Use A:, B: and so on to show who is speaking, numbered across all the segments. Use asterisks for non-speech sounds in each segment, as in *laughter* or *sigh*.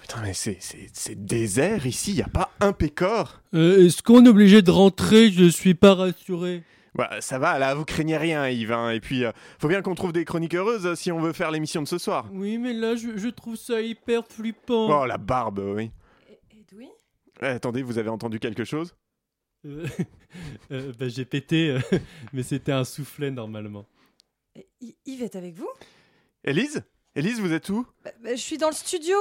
A: Putain, mais c'est- c'est c'est désert ici, il n'y a pas un pécor.
B: Euh, Est-ce qu'on est obligé de rentrer Je suis pas rassuré.
A: Bah, ça va, là, vous craignez rien, Yves. hein. Et puis, euh, faut bien qu'on trouve des chroniques heureuses euh, si on veut faire l'émission de ce soir.
B: Oui, mais là, je, je trouve ça hyper flippant.
A: Oh, la barbe, oui.
C: Edoui
A: Eh, attendez, vous avez entendu quelque chose
B: Euh, *laughs* euh, bah, j'ai pété, euh, *laughs* mais c'était un soufflet normalement.
C: Euh, Y- Yves est avec vous
A: Élise Élise, vous êtes où
C: Bah, bah, Je suis dans le studio.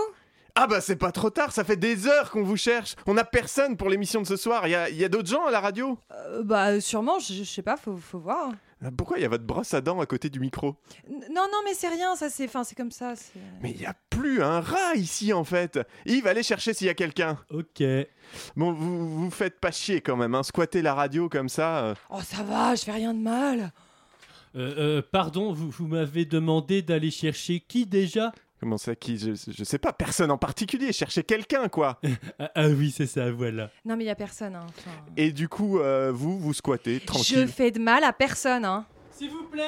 A: Ah bah c'est pas trop tard, ça fait des heures qu'on vous cherche. On a personne pour l'émission de ce soir, il y a, y a d'autres gens à la radio.
C: Euh, bah sûrement, je, je sais pas, faut, faut voir.
A: Ah, Pourquoi il y a votre brosse à dents à côté du micro
C: N- non, non, mais c'est rien, ça c'est enfin, c'est comme ça. c'est-
A: Mais il y a plus un rat ici en fait. Yves, allez chercher s'il y a quelqu'un.
B: Ok. Euh,
A: Bon, vous vous faites pas chier quand même, hein. squatter la radio comme ça. euh.
C: Oh ça va, je fais rien de mal.
B: Euh, euh, pardon, vous, vous m'avez demandé d'aller chercher qui déjà
A: Comment ça qui je, je sais pas, personne en particulier, chercher quelqu'un quoi.
B: ah, ah oui, c'est ça, voilà.
C: Non mais il y a personne. hein, enfin.
A: Et du coup, euh, vous, vous squattez
C: Je
A: tranquille.
C: fais de mal à personne. Hein.
B: S'il vous plaît,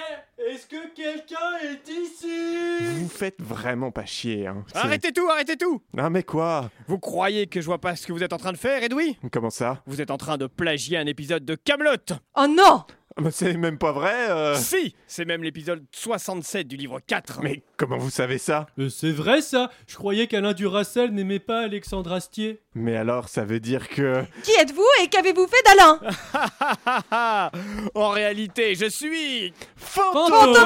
B: est-ce que quelqu'un est ici
A: Vous faites vraiment pas chier. Hein. C'est-
D: Arrêtez tout, arrêtez tout
A: Ah mais quoi
D: Vous croyez que je vois pas ce que vous êtes en train de faire, Edoui
A: Comment ça
D: Vous êtes en train de plagier un épisode de Camelot.
C: Oh non
A: Ah, bah, C'est même pas vrai. euh.
D: Si C'est même l'épisode 67 du livre 4
A: Mais comment vous savez ça
B: Euh, C'est vrai ça Je croyais qu'Alain Duracel n'aimait pas Alexandre Astier.
A: Mais alors, ça veut dire que...
C: Qui êtes-vous et qu'avez-vous fait
A: *laughs*
C: d'Alain
D: Ah, *laughs* ah, En réalité, je suis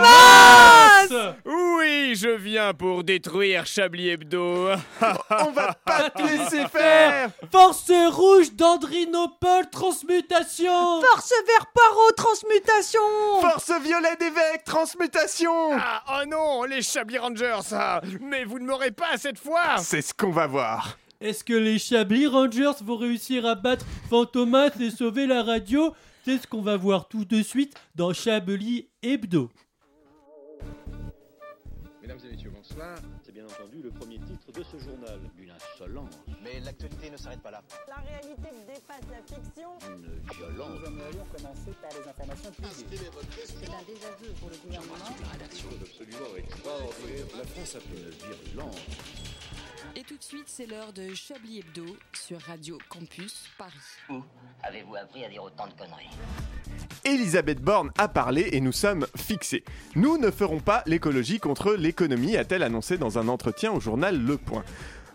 B: Fantomas
D: Oui, je viens pour détruire Chablis
A: *laughs*
D: Hebdo
A: On va pas te laisser faire
B: Force rouge d'Andrinopole Transmutation
C: Force vers poireau transmutation
A: Force violet d'évêque, transmutation
D: Ah, oh non, les Chablis Rangers ah, Mais vous ne m'aurez pas cette fois
A: C'est ce qu'on va voir.
B: Est-ce que les Chablis Rangers vont réussir à battre Fantomas et sauver la radio C'est ce qu'on va voir tout de suite dans Chablis Hebdo.
E: Mesdames et messieurs, bonsoir.
F: C'est bien entendu le premier titre de ce journal. Une insolence,
E: Mais l'actualité ne s'arrête pas là.
G: La réalité dépasse la fiction.
F: une violence.
G: C'est un désaveu pour le gouvernement.
H: Et tout de suite, c'est l'heure de Chablis Hebdo sur Radio Campus Paris.
I: Avez-vous appris à dire autant de conneries
A: Elisabeth Borne a parlé et nous sommes fixés. Nous ne ferons pas l'écologie contre l'économie, a-t-elle annoncé dans un entretien au journal Le Point.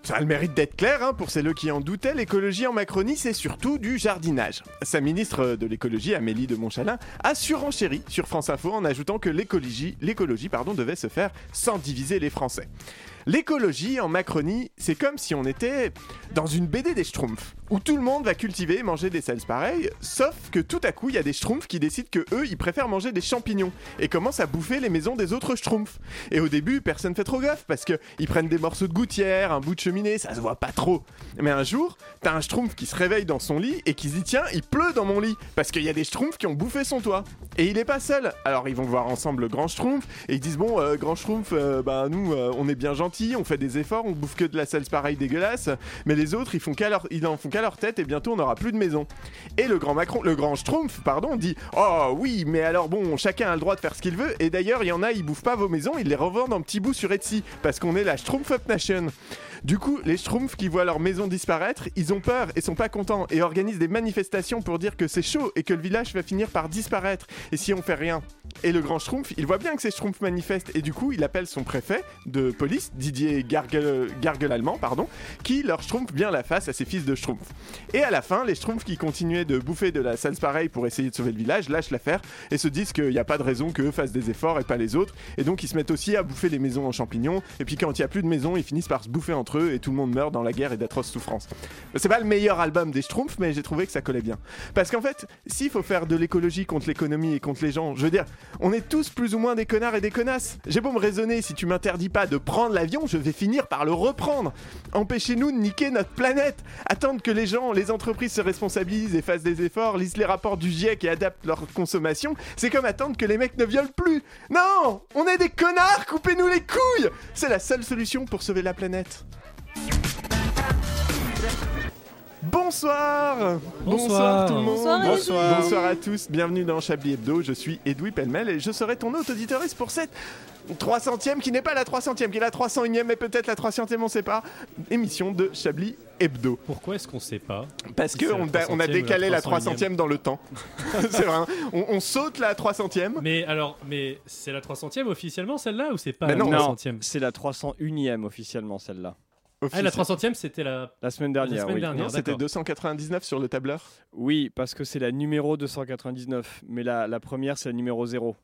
A: Ça a le mérite d'être clair, hein, pour celles qui en doutaient, l'écologie en Macronie, c'est surtout du jardinage. Sa ministre de l'écologie, Amélie de Montchalin, a surenchéri sur France Info en ajoutant que l'écologie, l'écologie pardon, devait se faire sans diviser les Français. L'écologie en Macronie, c'est comme si on était dans une BD des Schtroumpfs, où tout le monde va cultiver et manger des salses pareilles, sauf que tout à coup, il y a des Schtroumpfs qui décident que eux, ils préfèrent manger des champignons et commencent à bouffer les maisons des autres Schtroumpfs. Et au début, personne fait trop gaffe parce que ils prennent des morceaux de gouttière, un bout de cheminée, ça se voit pas trop. Mais un jour, t'as un Schtroumpf qui se réveille dans son lit et qui se dit tiens, il pleut dans mon lit parce qu'il y a des Schtroumpfs qui ont bouffé son toit. Et il est pas seul. Alors ils vont voir ensemble le grand Schtroumpf et ils disent bon, euh, grand Schtroumpf, euh, bah nous, euh, on est bien gentils, on fait des efforts, on bouffe que de la salse pareille dégueulasse, mais les autres, ils font qu'à leur, ils en font qu'à leur tête et bientôt on n'aura plus de maison. Et le grand Macron, le grand Schtroumpf, pardon, dit Oh oui, mais alors bon, chacun a le droit de faire ce qu'il veut, et d'ailleurs, il y en a, ils bouffent pas vos maisons, ils les revendent en petits bouts sur Etsy, parce qu'on est la Schtroumpf Up Nation. Du coup, les Schtroumpfs qui voient leur maison disparaître, ils ont peur et sont pas contents, et organisent des manifestations pour dire que c'est chaud et que le village va finir par disparaître, et si on fait rien. Et le grand Schtroumpf, il voit bien que ces Schtroumpfs manifestent, et du coup, il appelle son préfet de police, Didier Garguel, Garguel Allemand, pardon, qui leur Schtroumpf bien la face à ses fils de Schtroumpf. Et à la fin, les Schtroumpfs qui continuaient de bouffer de la salse pareille pour essayer de sauver le village lâchent l'affaire et se disent qu'il n'y a pas de raison qu'eux fassent des efforts et pas les autres. Et donc ils se mettent aussi à bouffer les maisons en champignons. Et puis quand il n'y a plus de maisons, ils finissent par se bouffer entre eux et tout le monde meurt dans la guerre et d'atroces souffrances. C'est pas le meilleur album des Schtroumpfs, mais j'ai trouvé que ça collait bien. Parce qu'en fait, s'il faut faire de l'écologie contre l'économie et contre les gens, je veux dire, on est tous plus ou moins des connards et des connasses. J'ai beau me raisonner, si tu m'interdis pas de prendre l'avion, je vais finir par le reprendre. Empêchez-nous de niquer notre planète. Attendre que les gens, les entreprises se responsabilisent et fassent des efforts, lisent les rapports du GIEC et adaptent leur consommation, c'est comme attendre que les mecs ne violent plus. Non On est des connards, coupez-nous les couilles C'est la seule solution pour sauver la planète. Bonsoir
B: Bonsoir.
A: tout le monde
C: Bonsoir, Edwy.
A: Bonsoir. Bonsoir à tous, bienvenue dans Chablis Hebdo, je suis Edoui Pellemel et je serai ton hôte auditoriste pour cette 300e qui n'est pas la 300e, qui est la 301e mais peut-être la 300e, on sait pas, émission de Chablis Hebdo.
B: Pourquoi est-ce qu'on sait pas
A: Parce
B: C'est
A: que
B: la
A: on, a- on
B: 300e
A: a
B: ou la
A: décalé la
B: 300e.
A: 300e dans le temps. *laughs* C'est vrai, hein. on, on saute la 300e.
B: Mais alors, mais c'est la 300e officiellement celle-là ou c'est pas
A: Bah
B: la
A: non.
B: 300e
J: C'est la 301e officiellement celle-là.
B: Ah, la 300e c'était la.
J: La semaine dernière,
B: La semaine
J: oui.
B: dernière.
A: Non, c'était
B: d'accord.
A: 299 sur le tableur.
J: Oui, parce que c'est la numéro 299, mais la, la première c'est la numéro 0.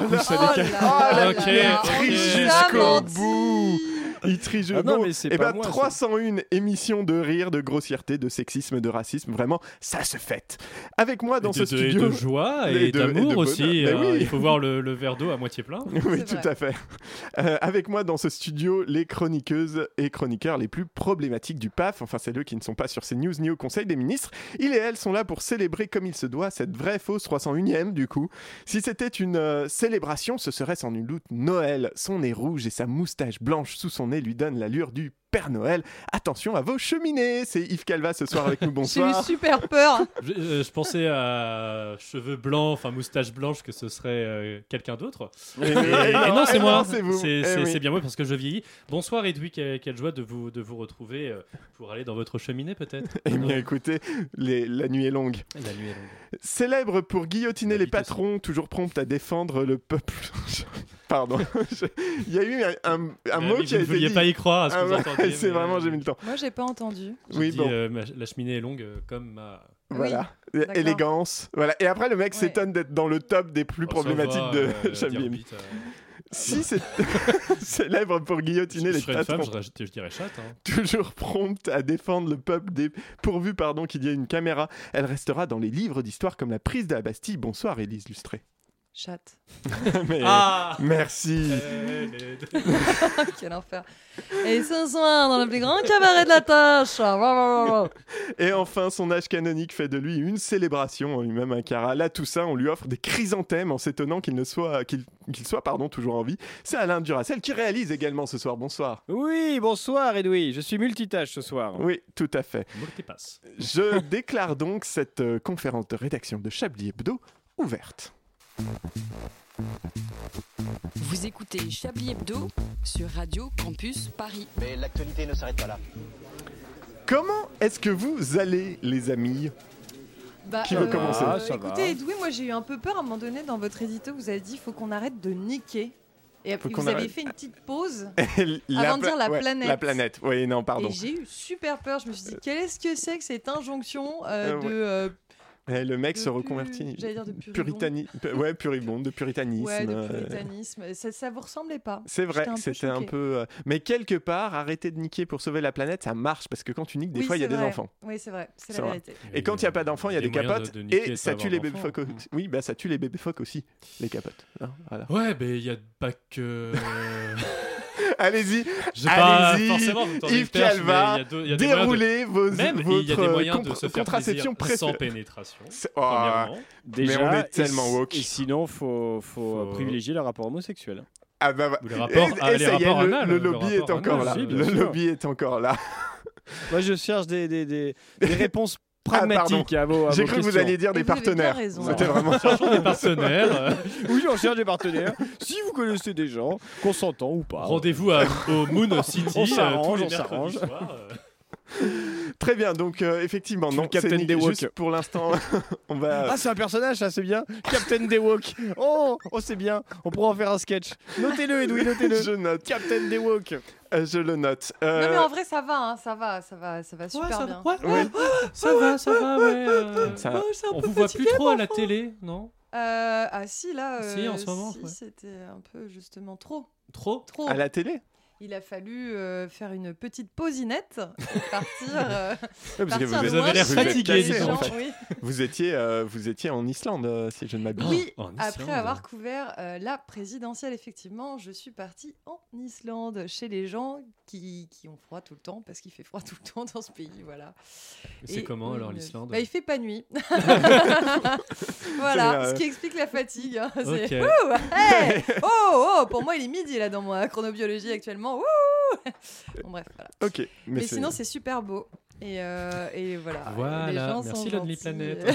A: *laughs*
J: du coup ça décale.
A: Ah, là,
B: Ok,
A: il a
B: ok.
A: triché
C: Ça
A: jusqu'au
C: mentit.
A: bout. Il triche
J: Ah non,
A: bon,
J: mais c'est
A: eh
J: pas
A: ben,
J: moi, ça.
A: 301 émissions de rire, de grossièreté, de sexisme, de racisme. Vraiment, ça se fête. Avec moi dans
B: de,
A: ce
B: de-
A: studio.
B: de
A: Et
B: joie et,
A: de- et de
B: d'amour
A: bonheur.
B: aussi.
A: Bah
B: euh,
A: oui.
B: Il faut voir le, le verre d'eau à moitié plein.
A: *laughs* Oui,
C: C'est
A: tout
C: vrai.
A: à fait. Euh, avec moi dans ce studio, les chroniqueuses et chroniqueurs les plus problématiques du PAF, enfin celles qui ne sont pas sur ces news ni au Conseil des ministres, il et elle sont là pour célébrer comme il se doit cette vraie fausse 301e du coup. Si c'était une euh, célébration, ce serait sans nul doute Noël. Son nez rouge et sa moustache blanche sous son nez lui donnent l'allure du Père Noël. Attention à vos cheminées C'est Yves Calva ce soir avec
B: *laughs*
A: nous,
C: J'ai eu
A: bonsoir.
C: super peur.
B: Je, euh, je pensais à cheveux blancs, enfin moustache blanche, que ce serait euh,
A: *laughs*
B: quelqu'un d'autre.
A: Et,
B: Et, et non, c'est
A: et
B: moi.
A: c'est vous.
B: C'est
A: Eh
B: c'est-
A: oui.
B: c'est bien moi parce que je vieillis. Bonsoir Edoui, quelle, quelle joie de vous, de vous retrouver euh, pour aller dans votre cheminée peut-être.
A: Eh bien écoutez, les- la nuit est longue.
B: La nuit est longue.
A: Célèbre pour guillotiner les
B: Habite aussi.
A: patrons, toujours prompte à défendre le peuple. *laughs* Pardon. Je- Il y a eu un, un- un
B: Mais
A: mot
B: oui,
A: qui a été
B: vous ne vouliez
A: dit.
B: pas y croire à ce
A: Ah
B: que vous
A: ouais,
B: entendiez.
A: *laughs* c'est
B: mais,
A: vraiment,
B: euh,
A: j'ai mis le temps.
C: *laughs* Moi, j'ai pas entendu.
B: j'ai
A: Oui,
B: dit,
A: bon.
B: euh, ma- la cheminée est longue euh, comme ma.
A: Voilà.
C: d'accord.
A: Élégance. Voilà. Et après, le mec
C: Ouais.
A: s'étonne d'être dans le top des plus
B: Oh, ça
A: problématiques
B: va,
A: de *laughs*
B: euh,
A: Chablis.
B: dire bite, euh,
A: Si c'est *laughs* célèbre pour
B: Si
A: guillotiner
B: je
A: les
B: serais une femme,
A: patrons,
B: je, raj- je dirais chatte. hein.
A: toujours prompte à défendre le peuple, des... pourvu pardon qu'il y ait une caméra, elle restera dans les livres d'histoire comme la prise de la Bastille. Bonsoir, Élise Lustré. *laughs*
C: Chatte.
A: Mais-
B: Ah
A: Merci. Eh,
B: Elle est-
C: Quel enfer. Et ce soir, dans le plus grand cabaret de la tâche. Ouah, ouah, ouah, ouah.
A: Et enfin, son âge canonique fait de lui une célébration, en lui-même un cara. Là, tout ça, on lui offre des chrysanthèmes en s'étonnant qu'il ne soit, qu'il, qu'il soit pardon, toujours en vie. C'est Alain Duracel qui réalise également ce soir. Bonsoir.
J: Oui, bonsoir Edoui, je suis multitâche ce soir.
A: Oui, tout à fait.
B: Multipass.
A: Je déclare donc cette euh, conférence de rédaction de Chablis Hebdo ouverte.
H: Vous écoutez Chablis Hebdo sur Radio Campus Paris.
E: Mais l'actualité ne s'arrête pas là.
A: Comment est-ce que vous allez, les amis *laughs*
C: Bah,
A: Qui veut commencer
J: Ah, ça va.
C: Écoutez, Edoui, moi j'ai eu un peu peur à un moment donné dans votre édito. Vous avez dit faut qu'on arrête de niquer. Et
A: Faut
C: après,
A: qu'on
C: vous avez
A: arrête.
C: fait une petite pause.
A: La
C: Avant de dire la
A: ouais,
C: planète.
A: La planète, oui, non, *laughs* pardon.
C: Et j'ai eu super peur. Je me suis dit, quelle est-ce que c'est que cette injonction euh,
A: Euh,
C: de.
A: ouais.
C: euh,
A: Eh, le mec
C: de
A: se
C: pu-
A: reconvertit.
C: J'allais dire de puritanisme.
A: Puritani... pu- Ouais, puribonde, de puritanisme.
C: Ouais, de
A: euh,
C: puritanisme. Ça, ça vous ressemblait pas.
A: C'est vrai,
C: J'étais un peu
A: c'était un
C: choquée.
A: peu. euh, Mais quelque part, arrêter de niquer pour sauver la planète, ça marche parce que quand tu niques, des
C: Oui,
A: fois, il y a
C: c'est
A: des
C: vrai.
A: enfants.
C: Oui, c'est vrai, c'est
A: C'est
C: la
A: vrai.
C: vérité.
A: Et quand il n'y a pas d'enfants, il y a des
B: moyens de-
A: capotes
B: de niquer
A: et
B: de
A: ça
B: pas
A: tue les
B: avoir
A: bébés
B: d'enfants. hein.
A: phoques. aussi. Oui, bah ça tue les bébés phoques aussi, les capotes. hein, voilà. *laughs*
B: Ouais, mais il y a pas que. euh,
A: Allez-y, *laughs*
B: J'ai pas
A: Allez-y,
B: forcément vous tendez
A: Yves
B: le perche,
A: Calva,
B: mais il y a deux- il y a des moyens de-
A: déroulez vos
B: Même, et il y a des
A: votre
B: moyens de
A: contre-
B: se faire
A: contraception
B: plaisir sans
A: préférée.
B: pénétration.
A: C'est- oh,
B: Premièrement.
J: Déjà,
A: Mais on est
J: et
A: tellement
J: si-
A: woke.
J: Et sinon, faut, faut,
B: Faut-
J: privilégier le rapport homosexuel.
A: ah bah, bah.
B: Ou les rapports-
A: et,
B: ah,
A: et
B: les
A: ça y est,
B: rapports
A: le,
B: anal,
A: le
B: le
A: lobby est
B: rapport
A: encore
B: anal,
A: là.
B: si, bien
A: le
J: sûr.
A: lobby est encore
B: *laughs*
A: là.
J: Moi, je cherche des, des, des,
A: *laughs*
J: des réponses pragmatiques à vos, à
A: Ah, J'ai
J: vos
A: cru que vous
J: questions.
A: alliez dire des
C: Mais vous avez bien
A: partenaires.
C: raison.
A: C'était vraiment.
C: *laughs*
B: Cherchons des partenaires. euh,
J: Oui, on cherche des partenaires. *laughs* si vous connaissez des gens, consentants ou
A: Ah.
J: pas.
B: Rendez-vous à- au Moon City.
J: On
B: euh,
J: s'arrange,
B: tous les
J: on
B: mercredis
J: s'arrange.
B: soirs, euh.
A: Très bien, donc euh, effectivement,
J: Je
A: non,
J: suis le
A: c'est
J: capitaine
A: niqué.
J: des woke.
A: Juste pour l'instant, *laughs* on va.
J: Ah, c'est un personnage, ça, c'est bien. Captain Dewok. Oh, oh c'est bien. On pourra en faire un sketch. Notez-le, Edoui, notez-le.
A: Je note.
J: Captain Dewok.
A: Euh, je le note. Euh,
C: Non, mais en vrai, ça va, hein, ça va, ça va, ça va super
B: Ouais, ça
C: bien.
B: va, ouais, ouais, ça va, ça va, ouais. euh,
A: Ça va.
C: Oh, c'est un
B: On
C: peu
B: vous voit plus
C: fatigué,
B: trop à
C: mon
B: la
C: fond.
B: télé, non
C: Euh, ah si, là, euh,
B: Si, en ce moment,
C: si,
B: ouais.
C: c'était un peu justement trop,
B: Trop
C: trop.
A: À la télé
C: Il a fallu euh, faire une petite pausinette,
B: *laughs*
C: et partir. euh,
A: parce que
C: partir
B: vous
C: loin
B: avez l'air
C: chez
B: fatigué,
C: les
B: dis
C: gens,
B: donc.
C: oui.
A: Vous étiez, euh, vous étiez en Islande, euh, si je ne m'abuse.
C: Oui,
B: Oh, en
C: après
B: Islande.
C: avoir couvert euh, la présidentielle, effectivement, je suis partie en Islande, chez les gens qui, qui ont froid tout le temps, parce qu'il fait froid tout le temps dans ce pays, voilà.
B: C'est
C: Et
B: comment
C: une-
B: alors l'Islande
C: bah, Il fait
B: *laughs*
C: pas nuit. *laughs*
A: C'est,
C: voilà,
A: euh,
C: ce qui explique la fatigue. hein, c'est-
B: Ok.
C: Ouh,
A: *laughs*
C: hey oh, oh, pour moi, il est midi là dans ma chronobiologie actuellement. Ouh Bon, bref, voilà.
A: Ok.
C: Mais,
A: c'est-
C: sinon, c'est super beau. Et, euh, et voilà.
B: Voilà,
C: les gens
B: merci
C: sont
B: Lonely
C: gentils.
B: Planet.
C: *laughs*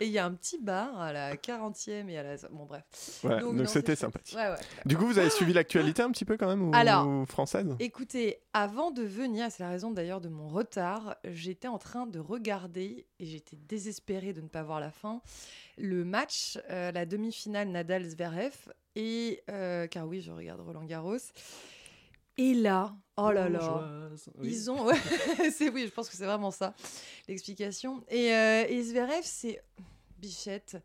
C: et il y a un petit bar à la 40e et à la. Bon, bref.
A: Ouais,
C: non,
A: donc
C: c'est
A: c'était
C: chouette.
A: sympathique.
C: Ouais, ouais.
A: Du coup, vous avez suivi l'actualité un petit peu quand même ou...
C: Alors.
A: française
C: Écoutez, avant de venir, et c'est la raison d'ailleurs de mon retard, j'étais en train de regarder, et j'étais désespérée de ne pas voir la fin, le match, euh, la demi-finale Nadal-Zverev, et, euh, car oui, je regarde Roland Garros. Et là, oh là là,
B: Bourgeoise, oui.
C: ils ont... ouais, *laughs* c'est oui, je pense que c'est vraiment ça, l'explication. Et, euh, et Zverev, c'est... Bichette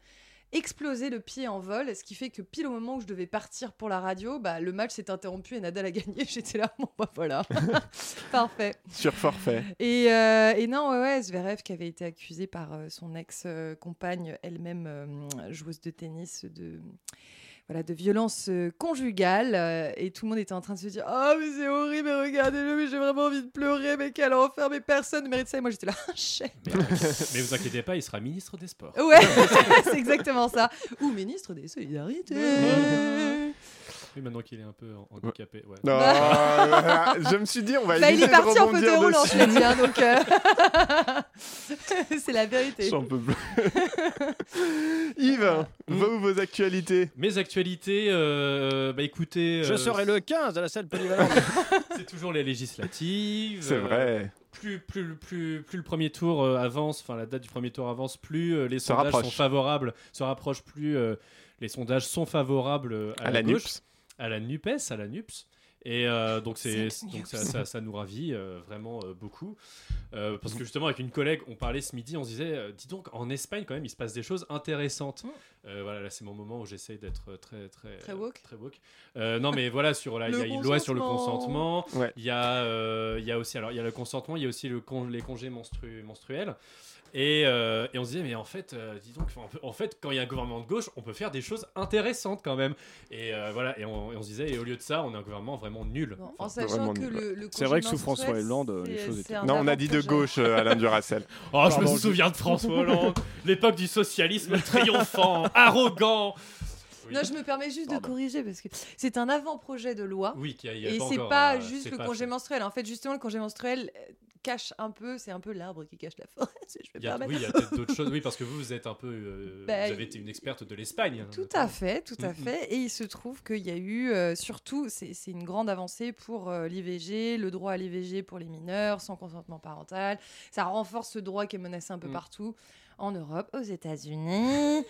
C: explosé le pied en vol, ce qui fait que pile au moment où je devais partir pour la radio, bah, le match s'est interrompu et Nadal a gagné. *laughs* J'étais là, bon bah voilà, *laughs* parfait.
A: Sur
C: *laughs*
A: forfait.
C: Et, euh, et non, ouais, ouais, Zverev qui avait été accusé par euh, son ex-compagne, elle-même euh, joueuse de tennis, de voilà, de violence euh, conjugale. euh, et tout le monde était en train de se dire, oh mais c'est horrible, mais regardez-le, mais j'ai vraiment envie de pleurer, mais quel enfer, mais personne ne mérite ça. Et moi j'étais là, «Ah, chef.
A: *laughs*
B: Mais vous inquiétez pas, il sera ministre des Sports.
J: Oh.
C: Ouais, *laughs* c'est exactement ça. Ou ministre des Solidarités.
B: Oui, maintenant qu'il est un peu en- handicapé. Ouais.
A: Non, voilà, *laughs* je me suis dit, on va
C: Bah, il
A: éviter de
C: est parti en fauteuil
A: rebondir
C: roulant,
A: dessus.
C: je l'ai dit, hein, donc euh, *laughs* c'est la vérité.
A: J'en
C: *laughs*
A: peux plus. Yves, vos, vos actualités.
B: Mes actualités, euh, bah écoutez,
J: Je
B: euh,
J: serai le 15 à la salle polyvalente.
B: c'est toujours les législatives.
A: C'est
B: euh,
A: vrai.
B: plus, plus, plus, plus le premier tour euh, avance, enfin la date du premier tour avance, plus euh, les
A: Se
B: sondages
A: rapproche.
B: sont favorables, se rapprochent, plus euh, les sondages sont favorables euh, à,
A: À la
B: gauche,
A: NUPS.
B: à la Nupes, à la Nups. Et euh, donc, c'est,
C: Cette
B: donc ça,
C: Nups.
B: ça- ça nous ravit euh, vraiment euh, beaucoup. Euh, parce que justement, avec une collègue, on parlait ce midi, on se disait, euh, dis donc, en Espagne, quand même, il se passe des choses intéressantes.
C: Mm.
B: Euh, voilà, là, c'est mon moment où j'essaye d'être euh, très, très,
C: Très woke.
B: Très woke. Euh, non, mais voilà, sur la, il y
C: Le
B: a une loi sur le
C: consentement.
B: consentement.
A: Ouais.
B: Il y a, euh, il y a aussi, alors, il y a le consentement, il y a aussi le con- les congés menstru- menstruels. Et, euh, et on se disait, mais en fait, euh, dis donc, enfin, on peut- en fait, quand il y a un gouvernement de gauche, on peut faire des choses intéressantes quand même. Et euh, voilà, et on, et on se disait, et au lieu de ça, on a un gouvernement vraiment nul.
C: Bon,
B: Enfin,
C: en sachant
A: vraiment
C: que
A: nul.
C: le, le
J: C'est vrai
C: congé
J: que sous François
C: menstruel,
J: Hollande, euh, les
C: c'est-
J: choses
C: c'est
J: étaient-
C: un
A: Non, on a dit de
C: avant-projet.
A: gauche, euh, Alain Duracel.
C: Ah
B: Oh, je me
J: Pardon, je-
B: souviens de François Hollande, l'époque du socialisme triomphant, arrogant. Oui,
C: Non, je me permets juste de
B: Pardon.
C: corriger parce que c'est un avant-projet de loi.
B: Oui, qu'il y a- il y a
C: Et c'est
B: encore,
C: pas
B: euh,
C: juste
B: c'est
C: le
B: pas
C: congé
B: fait.
C: menstruel. En fait, justement, le congé menstruel euh, cache un peu, c'est un peu l'arbre qui cache la forêt, *laughs* si je peux
B: Il y a-
C: me
B: oui, il y a peut-être d'autres choses. Oui, parce que vous, vous êtes un peu. euh,
C: Bah,
B: vous avez été une experte de l'Espagne. hein,
C: Tout à
B: notamment.
C: fait, tout à
B: Mhm.
C: fait. Et il se trouve qu'il y a eu, euh, surtout, c'est c'est une grande avancée pour euh, l'IVG, le droit à l'IVG pour les mineurs, sans consentement parental. Ça renforce ce droit qui est menacé un peu
B: Mm.
C: partout, en Europe, aux
B: *laughs*
C: États-Unis.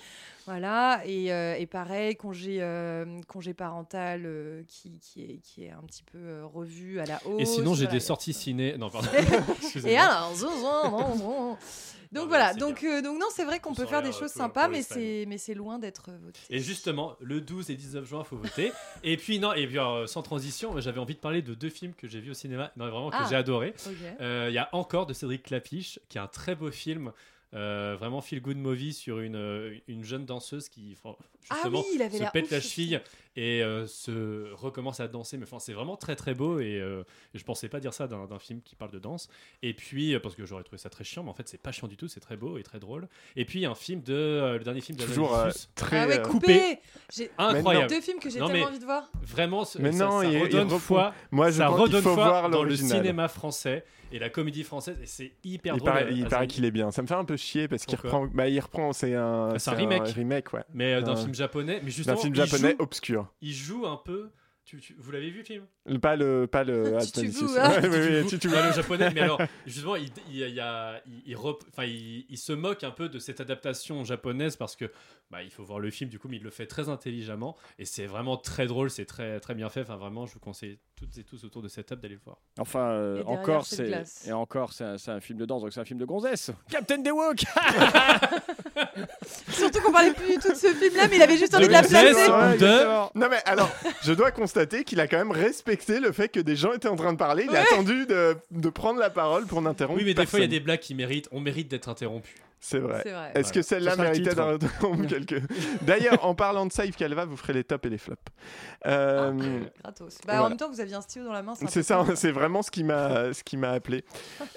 C: voilà. Et, euh, et pareil, congé, euh, congé parental euh, qui, qui, est, qui est un petit peu euh, revu à la hausse.
B: Et sinon, j'ai
C: Voilà,
B: des
C: il y a-
B: sorties ciné. Non,
C: *laughs*
B: pardon.
C: et
B: Excusez-moi.
C: alors, zon, zon, zon, zon.
B: Non, mais
C: Donc voilà,
B: c'est
C: donc, euh, donc non, c'est vrai qu'on
B: On
C: peut
B: s'en
C: faire
B: rire
C: des choses
B: pour-
C: sympas,
B: pour
C: mais
B: l'Espagne.
C: c'est mais c'est loin d'être euh, voté.
B: Et justement, le 12 et 19 juin, faut voter. et puis non, et puis alors, sans transition, j'avais envie de parler de deux films que j'ai vus au cinéma, non vraiment que
C: Ah.
B: j'ai adoré.
C: Ok.
B: Euh, Il y a encore de Cédric Clapiche, qui est un très beau film, euh, vraiment feel good movie sur une, euh, une jeune danseuse qui fran- justement
C: Ah il avait
B: se
C: l'air
B: pète
C: ouf,
B: la
C: ce
B: cheville et euh, se recommence à danser. Mais enfin, c'est vraiment très très beau et euh, je pensais pas dire ça d'un d'un film qui parle de danse. Et puis euh, parce que j'aurais trouvé ça très chiant, mais en fait c'est pas chiant du tout, c'est très beau et très drôle. Et puis un film de euh, le dernier film de
A: Toujours
B: Alain
A: euh,
B: Dufosse.
A: très.
C: ah ouais,
A: euh,
C: coupé. J'ai
B: incroyable,
C: deux films que j'ai
B: Non,
C: tellement
B: mais-
C: envie de voir.
B: vraiment. ce-
A: Mais
B: ça,
A: non,
B: ça
A: il- il
B: redonne
A: reprend-
B: foi
A: Moi, je
B: ça
A: pense qu'il
B: redonne
A: faut
B: foi
A: voir
B: dans le
A: l'original.
B: cinéma français et la comédie française et c'est hyper
A: Il
B: drôle.
A: paraît, il
B: Ah,
A: paraît
B: c'est-
A: qu'il est bien. Ça me fait un peu chier parce qu'il
B: Pourquoi
A: reprend. Bah, il reprend. C'est un.
B: Ah, c'est un remake.
A: ouais.
B: mais euh, d'un
A: Euh,
B: film japonais mais
A: D'un
B: justement
A: film
B: il
A: japonais oh.
B: joue,
A: obscur.
B: il joue un peu tu- tu- vous l'avez vu le film
A: Le- Pas le. Pas le. *laughs*
C: Un
A: ah,
C: tutu
A: Dionysus.
C: vous, hein.
A: Ouais, oui, oui, tutu.
B: Tutu Bou. Bah, le japonais
A: *laughs*
B: mais alors justement il, il, y a- il y a- il- il rep- enfin, il- il se moque un peu de cette adaptation japonaise parce que bah, il faut voir le film du coup mais il le fait très intelligemment et c'est vraiment très drôle c'est très, très bien fait enfin vraiment je vous conseille toutes et tous autour de cette table d'aller le voir
J: Enfin, euh,
C: Et derrière,
J: encore,
C: c'est
J: c'est
C: glace.
J: et encore, c'est un, c'est un film de danse, donc c'est un film de gonzesse. *laughs* Captain Dewok.
C: Surtout qu'on parlait plus du tout de ce film-là, mais il avait juste envie de
B: De
C: la
B: Gonzesse.
C: placer.
A: Ouais,
B: Ou
A: il est
B: deux.
A: fort. Non mais alors, je dois constater qu'il a quand même respecté le fait que des gens étaient en train de parler. Il a attendu de, de prendre la parole pour n'interrompre.
B: oui mais des fois il y a
A: personne.
B: des blagues qui méritent on mérite d'être interrompu
A: C'est vrai.
C: C'est vrai.
A: Est-ce
B: Voilà.
A: que celle-là
J: Ce sera le
A: méritait
J: titre.
A: *laughs* d'un
B: *laughs*
A: retour quelque D'ailleurs, en parlant de ça, Yves Calva, vous ferez les tops et les flops. Euh,
C: Gratos. Bah,
A: voilà.
C: en même temps, vous aviez un stylo dans la main. un
A: c'est
C: peu
A: ça,
C: cool.
A: c'est vraiment ce qui m'a ce qui m'a
C: *laughs*
A: appelé.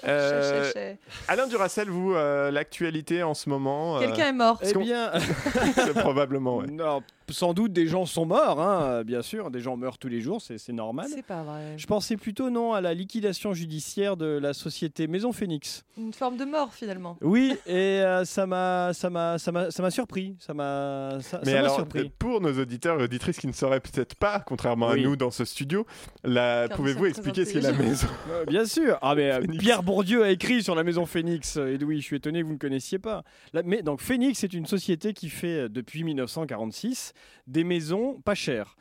A: Euh,
C: Chais, chais, chais.
A: Alain Duracel, vous euh, l'actualité en ce moment. euh, *laughs*
C: Quelqu'un est mort.
J: *laughs*
A: qu'on-
J: Eh bien,
A: c'est probablement ouais.
J: *laughs* non, sans doute des gens sont morts, hein, euh, bien sûr. Des gens meurent tous les jours, c'est c'est normal.
C: C'est pas vrai.
J: Je pensais plutôt non à la liquidation judiciaire de la société Maison Phoenix.
C: Une forme de mort finalement.
J: Oui, et euh, ça m'a ça m'a ça m'a ça m'a surpris, ça m'a ça ça
A: Mais
J: m'a
A: alors, euh,
J: surpris.
A: pour nos auditeurs et auditrices qui ne sauraient peut-être pas, contrairement
J: Oui.
A: à nous dans ce studio, la...
C: Comme
A: pouvez-vous
C: ça,
A: expliquer ce qu'est
C: très
A: la maison
J: Euh, Bien sûr. Ah mais euh,
A: Phoenix.
J: Pierre Bourdieu a écrit sur la Maison Phoenix. euh, Edoui, je suis étonné que vous ne connaissiez pas. La- mais donc Phoenix est une société qui fait euh, depuis 1946 des maisons pas chères.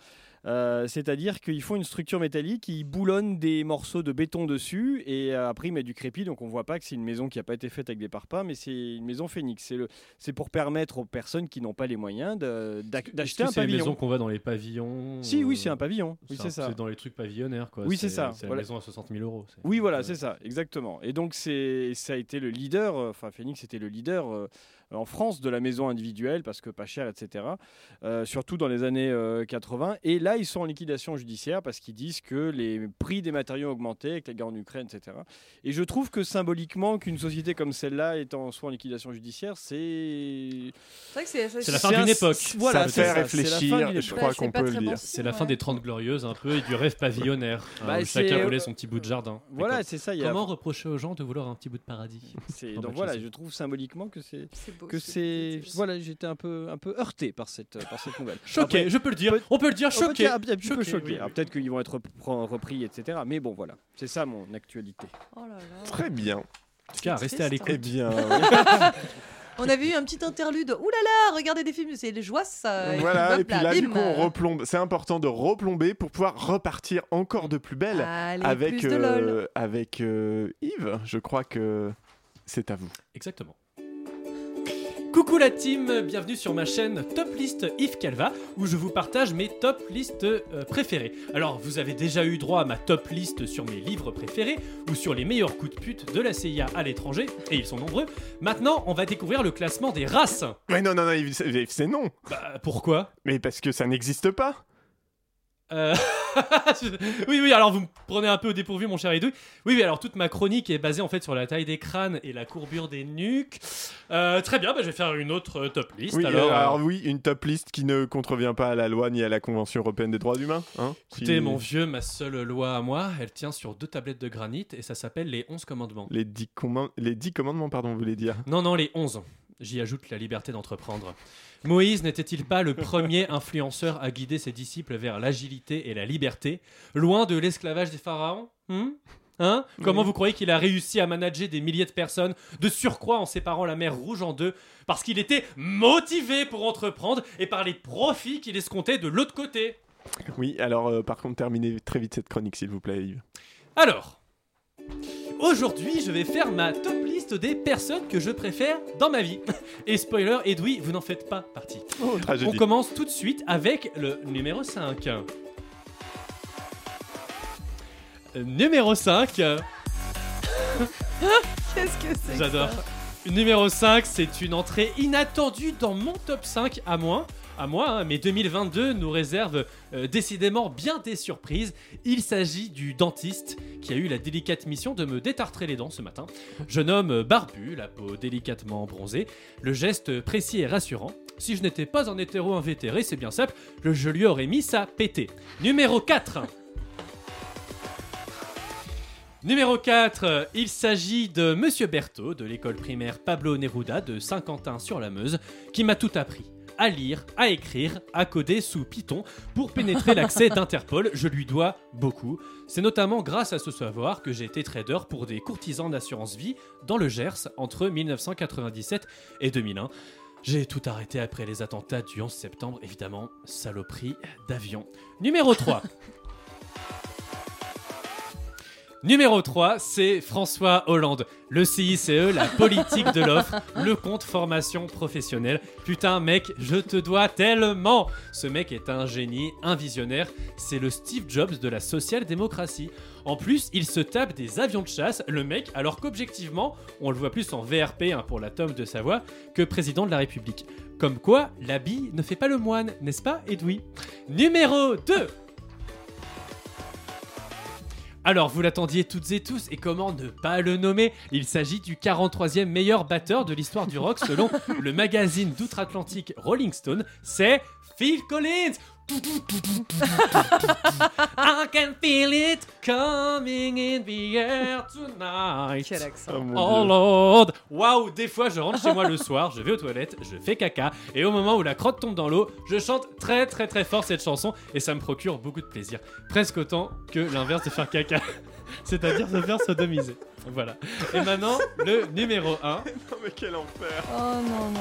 J: Euh, C'est-à-dire qu'ils font une structure métallique, ils boulonnent des morceaux de béton dessus et euh, après ils mettent du crépi, donc on voit pas que c'est une maison qui n'a pas été faite avec des parpaings, mais c'est une maison phénix. C'est le- C'est pour permettre aux personnes qui n'ont pas les moyens de- d'ac- d'acheter
B: Est-ce que
J: un
B: C'est les maisons
J: pavillon.
B: qu'on voit dans les pavillons.
J: Si, oui, c'est
B: euh,
J: un pavillon. Oui,
B: un-
J: c'est ça.
B: C'est dans les trucs pavillonnaires, quoi.
J: Oui, c'est ça,
B: C'est la
J: voilà.
B: maison à 60 000 euros. c'est-
J: Oui, voilà,
B: Ouais.
J: c'est ça, exactement. Et donc, c'est, ça a été le leader, euh, enfin, Phoenix était le leader euh, en France de la maison individuelle, parce que pas cher, etc., euh, surtout dans les années euh, 80. Et là, ils sont en liquidation judiciaire parce qu'ils disent que les prix des matériaux ont augmenté avec la guerre en Ukraine, etc. Et je trouve que symboliquement, qu'une société comme celle-là étant soit en liquidation judiciaire, c'est.
C: C'est vrai que c'est
B: C'est la fin d'une
J: un-
B: époque.
J: *laughs* Voilà,
A: Ça
J: c'est
A: fait
J: ça, c'est la fin
A: réfléchir,
J: d'une
A: je
J: époque.
A: crois qu'on peut le dire.
B: C'est la fin des 30 glorieuses, un peu, et du rêve
J: *laughs*
B: pavillonnaire. hein,
J: Bah,
B: où
J: c'est-
B: chacun voulait son petit bout de jardin.
J: *laughs* Voilà,
B: Et
J: c'est euh, ça. il y
B: comme-
J: a-
B: Comment reprocher aux gens de vouloir un petit bout de paradis
J: c'est-
B: Oh, bah,
J: donc
B: je
J: voilà,
B: sais.
J: je trouve symboliquement que c'est.
C: beau,
J: que
C: ce
J: c'est
C: petit-
J: voilà j'étais un peu un peu heurté par cette par
A: *laughs*
J: cette nouvelle
B: Choqué, je peux le dire. On peut le dire,
J: Après,
B: choqué.
J: un petit peu
B: Choqué,
J: choqué.
B: oui,
J: Alors,
B: oui.
J: peut-être qu'ils vont être repren- repris etc mais bon voilà c'est ça mon actualité
C: Oh là là.
A: Très bien.
B: En tout cas, restez à
C: triste,
A: Eh
B: l'écoute.
J: *laughs*
A: bien,
C: On avait eu un petit interlude. Ouh là là, regardez des films, c'est les joies ça.
A: voilà.
C: hop
A: Et puis là, du
C: bim.
A: coup, on replombe. C'est important de replomber pour pouvoir repartir encore de plus belle
C: Allez,
A: avec
C: plus de lol.
A: euh, avec euh, Yves. Je crois que c'est à vous.
B: Exactement. Coucou la team, bienvenue sur ma chaîne Top List Yves Calva où je vous partage mes top listes euh, préférées. Alors vous avez déjà eu droit à ma top list sur mes livres préférés ou sur les meilleurs coups de pute de la CIA à l'étranger et ils sont nombreux. Maintenant on va découvrir le classement des races.
A: Mais non, non, non, Yves, c'est- Yves, c'est non.
B: Bah pourquoi
A: Mais parce que ça n'existe pas.
B: Euh, *laughs* oui, oui, alors vous me prenez un peu au dépourvu, mon cher Edoui. Oui, oui, alors toute ma chronique est basée en fait sur la taille des crânes et la courbure des nuques. Euh, très bien, bah, je vais faire une autre euh, top list.
A: Oui,
B: alors,
A: alors,
B: euh,
A: oui, une top liste qui ne contrevient pas à la loi ni à la Convention européenne des droits humains. Hein,
B: écoutez,
A: qui-
B: mon vieux, ma seule loi à moi, elle tient sur deux tablettes de granit et ça s'appelle les 11 commandements.
A: Les dix, comman- les dix commandements, pardon, vous voulez
B: *laughs*
A: dire.
B: Non, non, les 11. J'y ajoute la liberté d'entreprendre. Moïse n'était-il pas le premier influenceur à guider ses disciples vers l'agilité et la liberté, loin de l'esclavage des pharaons hmm Hein Comment vous croyez qu'il a réussi à manager des milliers de personnes, de surcroît en séparant la mer Rouge en deux, parce qu'il était motivé pour entreprendre et par les profits qu'il escomptait de l'autre côté
A: Oui, alors euh, par contre, terminez très vite cette chronique, s'il vous plaît, Yves.
B: Alors, aujourd'hui, je vais faire ma top liste des personnes que je préfère dans ma vie. *laughs* Et spoiler, Edoui, vous n'en faites pas partie.
A: Oh,
B: On
A: tragédie.
B: commence tout de suite avec le numéro Euh, 5. Numéro 5,
C: *laughs* Qu'est-ce que c'est que
B: j'adore.
C: ça
B: Numéro 5, c'est une entrée inattendue dans mon top 5 à moins. À moi, hein, mais 2022 nous réserve euh, décidément bien des surprises. Il s'agit du dentiste qui a eu la délicate mission de me détartrer les dents ce matin. Jeune homme euh, barbu, la peau délicatement bronzée, le geste précis et rassurant. Si je n'étais pas un hétéro invétéré, c'est bien simple, le- je lui aurais mis sa pétée. Numéro 4 Numéro 4, il s'agit de Monsieur Berthaud de l'école primaire Pablo Neruda de Saint-Quentin-sur-la-Meuse qui m'a tout appris. À lire, à écrire, à coder sous Python pour pénétrer l'accès d'Interpol. Je lui dois beaucoup. C'est notamment grâce à ce savoir que j'ai été trader pour des courtisans d'assurance vie dans le Gers entre 1997 et 2001. J'ai tout arrêté après les attentats du 11 septembre, évidemment, saloperie d'avion. Numéro 3. Numéro 3, c'est François Hollande. Le CICE, E, la politique de l'offre, le compte formation professionnelle. Putain, mec, je te dois tellement Ce mec est un génie, un visionnaire. C'est le Steve Jobs de la social-démocratie. En plus, il se tape des avions de chasse, le mec, alors qu'objectivement, on le voit plus en VRP hein, pour la tome de Savoie que président de la République. Comme quoi, l'habit ne fait pas le moine, n'est-ce pas, Edoui Numéro 2 alors, vous l'attendiez toutes et tous, et comment ne pas le nommer Il s'agit du 43e meilleur batteur de l'histoire du rock selon le magazine d'outre-Atlantique Rolling Stone. C'est Phil Collins I can feel it coming in the air tonight.
C: Quel accent.
B: Oh lord Waouh Des fois, je rentre chez moi le soir, je vais aux toilettes, je fais caca, et au moment où la crotte tombe dans l'eau, je chante très très très fort cette chanson, et ça me procure beaucoup de plaisir. Presque autant que l'inverse de faire caca. *laughs* C'est-à-dire de faire sodomiser. Voilà. Et maintenant, le numéro 1.
A: Non, mais quel enfer.
C: Oh non, non, non.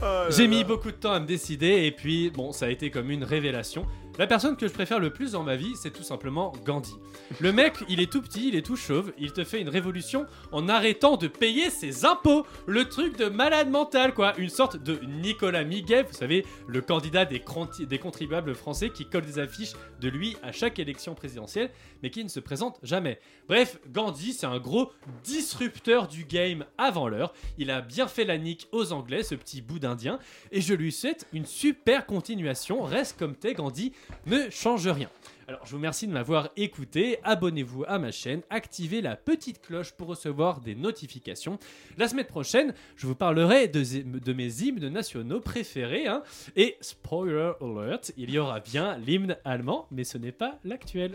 A: Oh là
B: J'ai
A: là.
B: mis beaucoup de temps à me décider et puis bon, ça a été comme une révélation. La personne que je préfère le plus dans ma vie, c'est tout simplement Gandhi. Le mec, il est tout petit, il est tout chauve, il te fait une révolution en arrêtant de payer ses impôts. Le truc de malade mental, quoi. Une sorte de Nicolas Miguel, vous savez, le candidat des, cronti- des contribuables français qui colle des affiches de lui à chaque élection présidentielle, mais qui ne se présente jamais. Bref, Gandhi, c'est un gros disrupteur du game avant l'heure. Il a bien fait la nique aux Anglais, ce petit bout d'Indien, et je lui souhaite une super continuation. Reste comme t'es, Gandhi, ne change rien. Alors, je vous remercie de m'avoir écouté. Abonnez-vous à ma chaîne, activez la petite cloche pour recevoir des notifications. La semaine prochaine, je vous parlerai de, zé- de mes hymnes nationaux préférés. hein. Et spoiler alert, il y aura bien l'hymne allemand, mais ce n'est pas
C: *coughs*
B: l'actuel.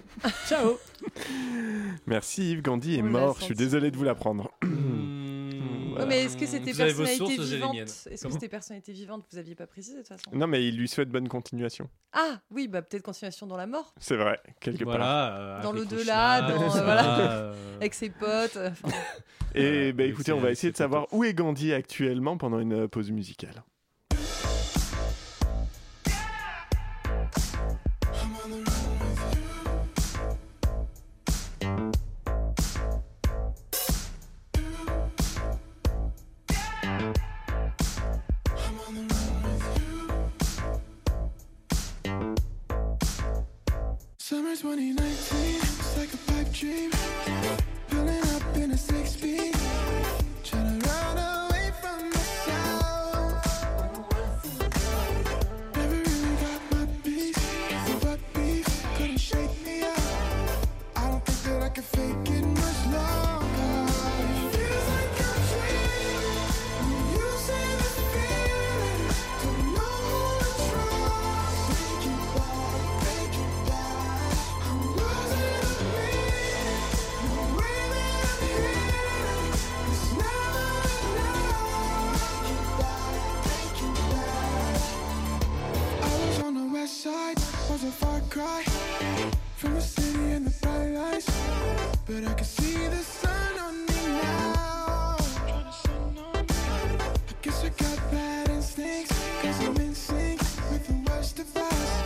B: Ciao
A: Merci Yves Gandhi est
C: On l'a
A: mort, je suis
C: senti.
A: désolé de vous l'apprendre.
C: Mmh. Ouais, mais est-ce que c'était
B: Mmh. Vous avez vos sources,
C: personnalité
B: vous avez les
C: vivante
B: miennes.
C: Est-ce que
B: Comment Mm.
C: c'était personnalité vivante Vous aviez pas précisé de toute façon.
A: Non mais il lui souhaite bonne continuation.
C: Ah oui, bah peut-être continuation dans la mort,
A: C'est vrai, quelque part.
B: Voilà, euh,
C: Dans
B: avec
C: l'au-delà,
B: Kouchner,
C: dans-
B: tout ça,
C: voilà.
B: euh,
C: avec ses potes. enfin,
A: Et
B: Voilà,
A: bah
B: mais
A: écoutez,
B: c'est-
A: on va essayer de
B: c'est plutôt-
A: savoir où est Gandhi actuellement pendant une euh, pause musicale.
K: Summer 2019, it's like a pipe dream. Pulling up in a six speed. Trying to run away from myself. Never really got my peace. So what beef couldn't shake me up. I don't think that I can fake it much longer. Feels like I'm dreaming. When you say this feeling, don't know who to trust. Take it back, take it back. I'm losing the meaning. No way that I'm healing. It's never enough. Take it back, take it back. I was on the west side, was a far cry from the city and the bright lights. But I can see the sun on me now. I guess I got bad instincts, cause I'm in sync with the worst of us.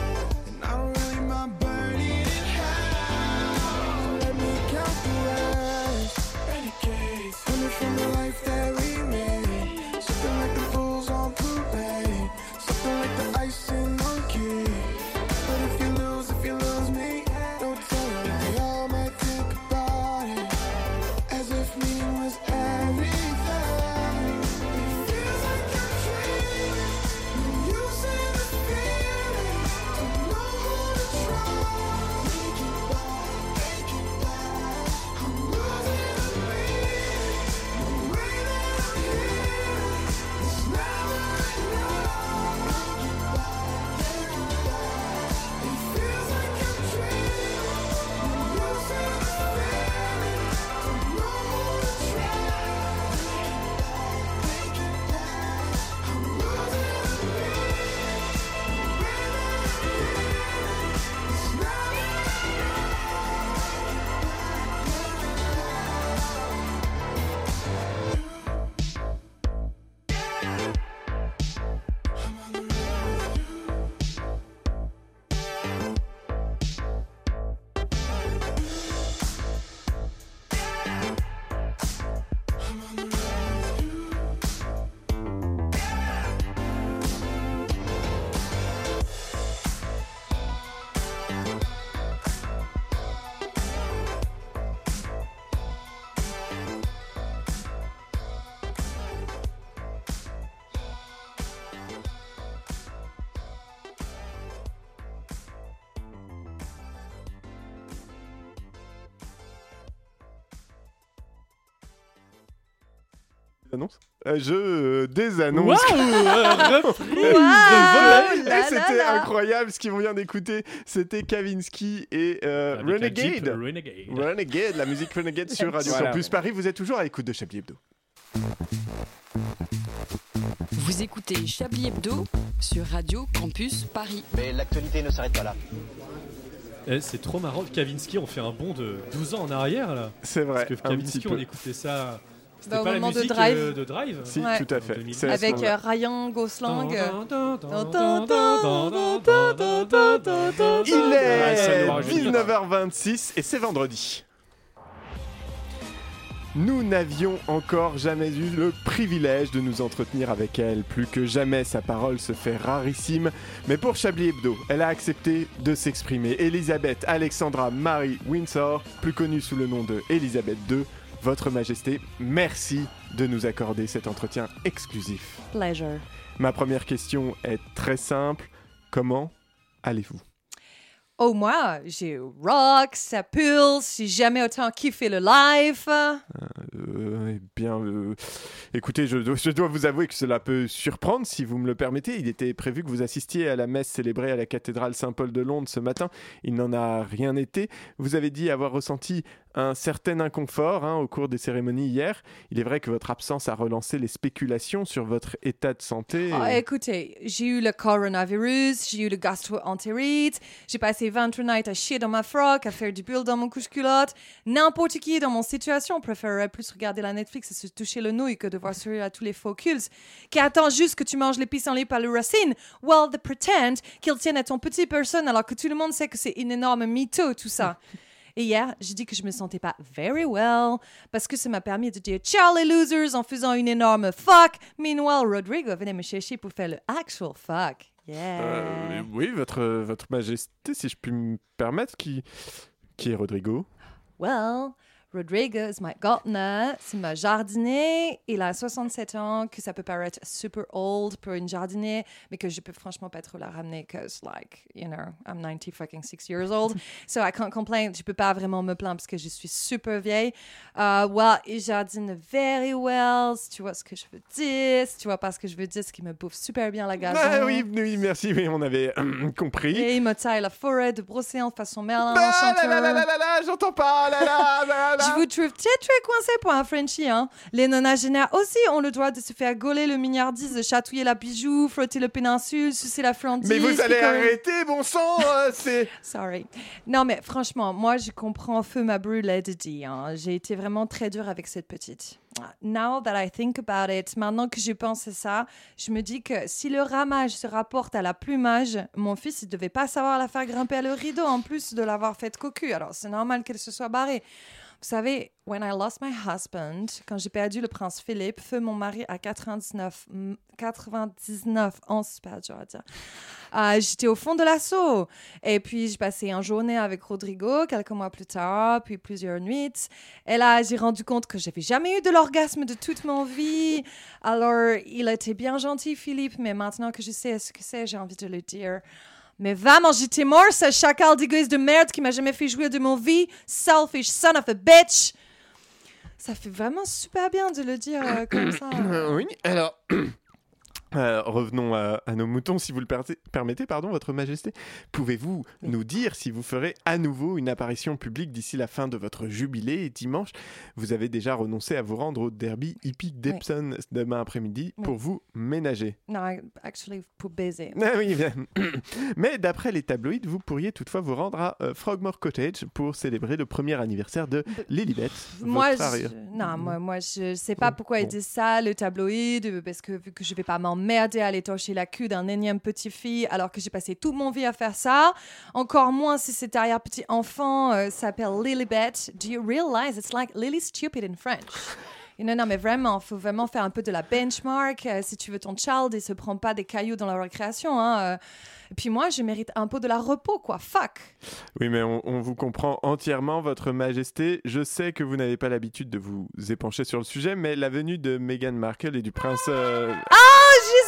K: And I don't really mind burning in hell. Let me count the rest. Renegades, coming from the life that we made. Something like the bulls on parade, something like the ice in monkey. But if you lose, if you lose me, don't tell me. They all might think about it as if me was everything. It feels like I'm dreaming. When you say this feeling, don't know who to trust. Take it back, take it back. I'm losing the meaning. The way that I'm healing is never enough. Take it back, take it back. It feels like I'm dreaming. When you say this feeling, don't know who to trust.
A: annonce Un jeu euh, des annonces. *laughs*
B: Waouh euh, reprise
C: Waouh
A: Et
C: là là
A: c'était
C: là.
A: incroyable ce qu'on vient d'écouter. C'était Kavinsky et euh,
B: Ah, Avec la Jeep
A: Renegade.
B: Renegade.
A: Renegade, la musique Renegade sur Radio
J: Voilà.
A: Campus Paris. Vous êtes toujours à l'écoute de Chablis Hebdo.
H: Vous écoutez Chablis Hebdo sur Radio Campus Paris.
E: Mais l'actualité ne s'arrête pas là.
B: Eh, c'est trop marrant. Kavinsky, on fait un bond de 12 ans en arrière là.
A: C'est vrai.
B: Parce que
A: un petit
B: Kavinsky,
A: peu.
B: on écoutait ça. C'était
C: Bah, au
B: pas la
C: moment de
B: musique
C: Drive.
B: euh, de Drive.
A: Si,
C: Ouais.
A: tout à fait.
B: Avec,
A: C'est à ce
C: Avec
A: moment-là.
C: euh, Ryan Gosling. euh,
A: Il
B: Ah, ça nous rajeunit.
A: est 19h26 et c'est vendredi. Nous n'avions encore jamais eu le privilège de nous entretenir avec elle. Plus que jamais, sa parole se fait rarissime. Mais pour Chablis Hebdo, elle a accepté de s'exprimer. Elisabeth Alexandra Marie Windsor, plus connue sous le nom de Elisabeth II, Votre Majesté, merci de nous accorder cet entretien exclusif.
C: euh. Pleasure.
A: Ma première question est très simple. Comment allez-vous
C: Oh, moi, j'ai rock, ça pulse, j'ai jamais autant kiffé le live.
A: Euh, eh bien, euh, écoutez, je, dois- je dois vous avouer que cela peut surprendre, si vous me le permettez. Il était prévu que vous assistiez à la messe célébrée à la cathédrale Saint-Paul de Londres ce matin. Il n'en a rien été. Vous avez dit avoir ressenti un certain inconfort hein, au cours des cérémonies hier. Il est vrai que votre absence a relancé les spéculations sur votre état de santé.
C: Ah, écoutez, j'ai eu le coronavirus, j'ai eu le gastro-entérite, j'ai passé 23 nights à chier dans ma froc, à faire du bulle dans mon couche-culotte. N'importe qui dans mon situation préférerait plus regarder la Netflix et se toucher le nouille que de voir sourire à tous les faux cultes qui attendent juste que tu manges les pissenlits par les racines. Well, they pretend qu'ils tiennent à ton petit personne alors que tout le monde sait que c'est une énorme mytho, tout ça. Et hier, j'ai dit que je me sentais pas very well parce que ça m'a permis de dire ciao les losers en faisant une énorme fuck. Meanwhile, Rodrigo venait me chercher pour faire le actual fuck. Yeah.
A: Euh, oui, votre, votre majesté, si je puis me permettre, qui, qui est Rodrigo
C: Well, Rodrigo is my gardener, c'est ma jardinier. Il a 67 ans, que ça peut paraître super old pour une jardinier, mais que je peux franchement pas trop la ramener, cause like, you know, I'm 90 fucking six
A: *laughs*
C: years old, so I can't complain. Je peux pas vraiment me plaindre parce que je suis super vieille. Euh, well, il jardine very well, si tu vois ce que je veux dire, si tu vois pas ce que je veux dire, ce qui me bouffe super bien la gazon.
A: Ah oui, oui, merci, oui, on avait *clears throat* compris.
C: Et il me taille la forêt de brosser en façon Merlin
A: Bah,
C: enchanteur.
A: là, là, là, là, là, j'entends pas, là, là, là, là.
C: *laughs* Je vous trouve très très coincé pour un Frenchie. Hein. Les nonagénaires aussi ont le droit de se faire gauler le milliardise, de chatouiller la bijou, frotter le péninsule, sucer la flandise.
A: Mais vous allez
C: picoler-
A: arrêter, bon sang, euh, c'est...
C: Sorry. Non mais franchement, moi je comprends feu ma brûlée de dire. hein. J'ai été vraiment très dure avec cette petite. Now that I think about it, maintenant que je pense à ça, je me dis que si le ramage se rapporte à la plumage, mon fils il devait pas savoir la faire grimper le rideau en plus de l'avoir faite cocu. Alors c'est normal qu'elle se soit barrée. Vous savez, when I lost my husband, quand j'ai perdu le prince Philippe, feu mon mari à 99, mm, 99 ans, c'est pas dur à dire. Euh, J'étais au fond de l'assaut. Et puis, j'ai passé une journée avec Rodrigo, quelques mois plus tard, puis plusieurs nuits. Et là, j'ai rendu compte que j'avais jamais eu de l'orgasme de toute mon vie. Alors, il était bien gentil, Philippe, mais maintenant que je sais ce que c'est, j'ai envie de le dire. Mais va manger tes morts, ce chacal d'égoïste de merde qui m'a jamais fait jouir de mon vie. Selfish son of a bitch. Ça fait vraiment super bien de le dire euh, comme ça.
A: Euh, oui, alors... *clears throat* euh, revenons à, à nos moutons, si vous le per- permettez, pardon, Votre Majesté. Pouvez-vous nous dire si vous ferez à nouveau une apparition publique d'ici la fin de votre jubilé et dimanche Vous avez déjà renoncé à vous rendre au derby hippique d'Epsom demain après-midi
C: Oui.
A: pour vous ménager.
C: Non, actually, pour baiser.
A: *laughs* Ah oui, bien. *clears throat* Mais d'après les tabloïds, vous pourriez toutefois vous rendre à euh, Frogmore Cottage pour célébrer le premier anniversaire de Lilibet.
C: Moi,
A: votre arrière-
C: je... non, moi, moi, je sais pas pourquoi ils
A: Mm-hmm. Bon.
C: disent ça, le tabloïd, parce que vu que je vais pas m'emmerder à aller torcher la queue d'un énième petit fille, alors que j'ai passé toute mon vie à faire ça, encore moins si cet arrière petit enfant euh, s'appelle Lilibet. Do you realize it's like Lily Stupid in French? Non, non, mais vraiment, faut vraiment faire un peu de la benchmark. euh, si tu veux ton child, il se prend pas des cailloux dans la récréation. Hein, euh. Et puis moi, je mérite un peu de la repos, quoi. Fuck.
A: Oui, mais on, on vous comprend entièrement, Votre Majesté. Je sais que vous n'avez pas l'habitude de vous épancher sur le sujet, mais la venue de Meghan Markle et du prince. euh,
C: Ah,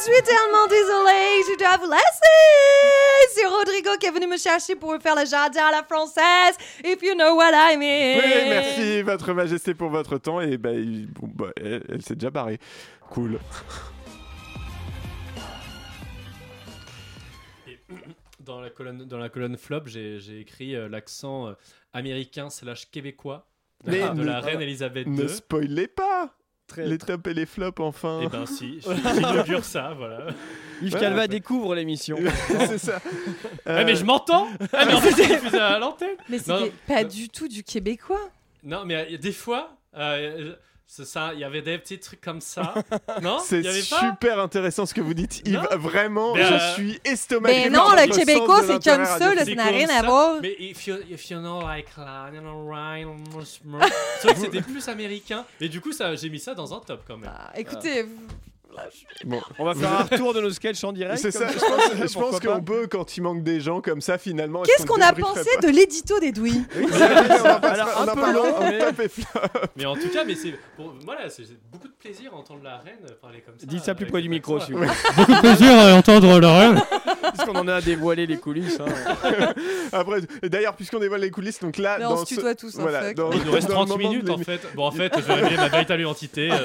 C: suis tellement désolée, je dois vous laisser. C'est Rodrigo qui est venu me chercher pour faire le jardin à la française. If you know what I mean.
A: Oui, merci, Votre Majesté, pour votre temps. Et bah, il- bon, bah, elle, elle s'est déjà barrée. Cool.
B: Dans la colonne, dans la colonne flop, j'ai j'ai écrit euh, l'accent euh, américain slash québécois de,
A: Mais
B: la- de
A: ne-
B: la reine Elisabeth
A: Ne
B: II.
A: spoilez pas
J: Très-
A: les tops et les flops, enfin. *laughs*
B: Et ben si, j'inaugure ça, voilà.
J: Yves
A: Ouais,
J: Calva
A: ouais.
J: découvre l'émission.
A: C'est ça. Euh.
B: Eh, mais je m'entends Ah,
A: *laughs*
B: mais en fait, je suis à l'antenne
C: Mais
B: Non,
C: c'était
B: non.
C: pas du tout du québécois.
B: Non, mais euh, des fois, euh, c'est ça, il y avait des petits trucs comme
J: *laughs*
B: ça. Non
C: Oh,
B: Il
A: C'est
B: y avait pas
A: super intéressant ce que vous dites, Yves.
B: Non
A: Vraiment,
B: Mais,
A: je
B: euh,
A: suis estomaqué.
C: Mais
A: par
C: non, le
A: votre sens
C: québécois,
A: de
C: c'est
A: l'intérêt
C: comme ça, là,
A: radiophonique.
B: C'est
C: ça n'a
B: comme
C: rien à
B: ça,
C: voir.
B: Mais if you, if you know, like, la- you know, Ryan, Mosmer. *laughs* C'est vrai que c'était plus américain. Et du coup, ça, j'ai mis ça dans un top quand même.
C: Ah, écoutez, vous-
A: Bon.
J: On
A: *laughs*
J: va faire un retour de nos sketchs en direct.
A: C'est
J: comme
A: ça, je pense, je
J: Pourquoi
A: pense
J: pas
A: qu'on peut, quand il manque des gens comme ça, finalement. est-ce
C: qu'est-ce qu'on a
A: débrieferait
C: pensé
A: pas
C: de
A: *laughs*
C: l'édito d'Edoui
A: On en
J: Alors,
A: parlera-
J: un
A: on en
J: peu
A: parlera
J: long,
A: en
J: mais-
A: top et flop.
B: Mais en tout cas, mais c'est pour- voilà, c'est c'est beaucoup de plaisir à entendre la reine parler comme ça.
J: Dis ça plus
B: avec
J: près
B: cet
J: du micro,
B: accent-là.
J: s'il vous plaît.
L: plaisir à entendre la reine.
J: Parce qu'on en a dévoilé les coulisses. hein.
A: *laughs* Après, et d'ailleurs, puisqu'on dévoile les coulisses, donc là,
C: Là,
A: dans
C: on se
A: ce-
C: tutoie tous, hein,
A: voilà,
C: fuck.
A: dans-
B: Il nous reste
A: dans le
B: 30
A: moment de
B: minutes en
A: l'émi-
B: fait. Bon, en fait, je vais révéler ma véritable identité. euh,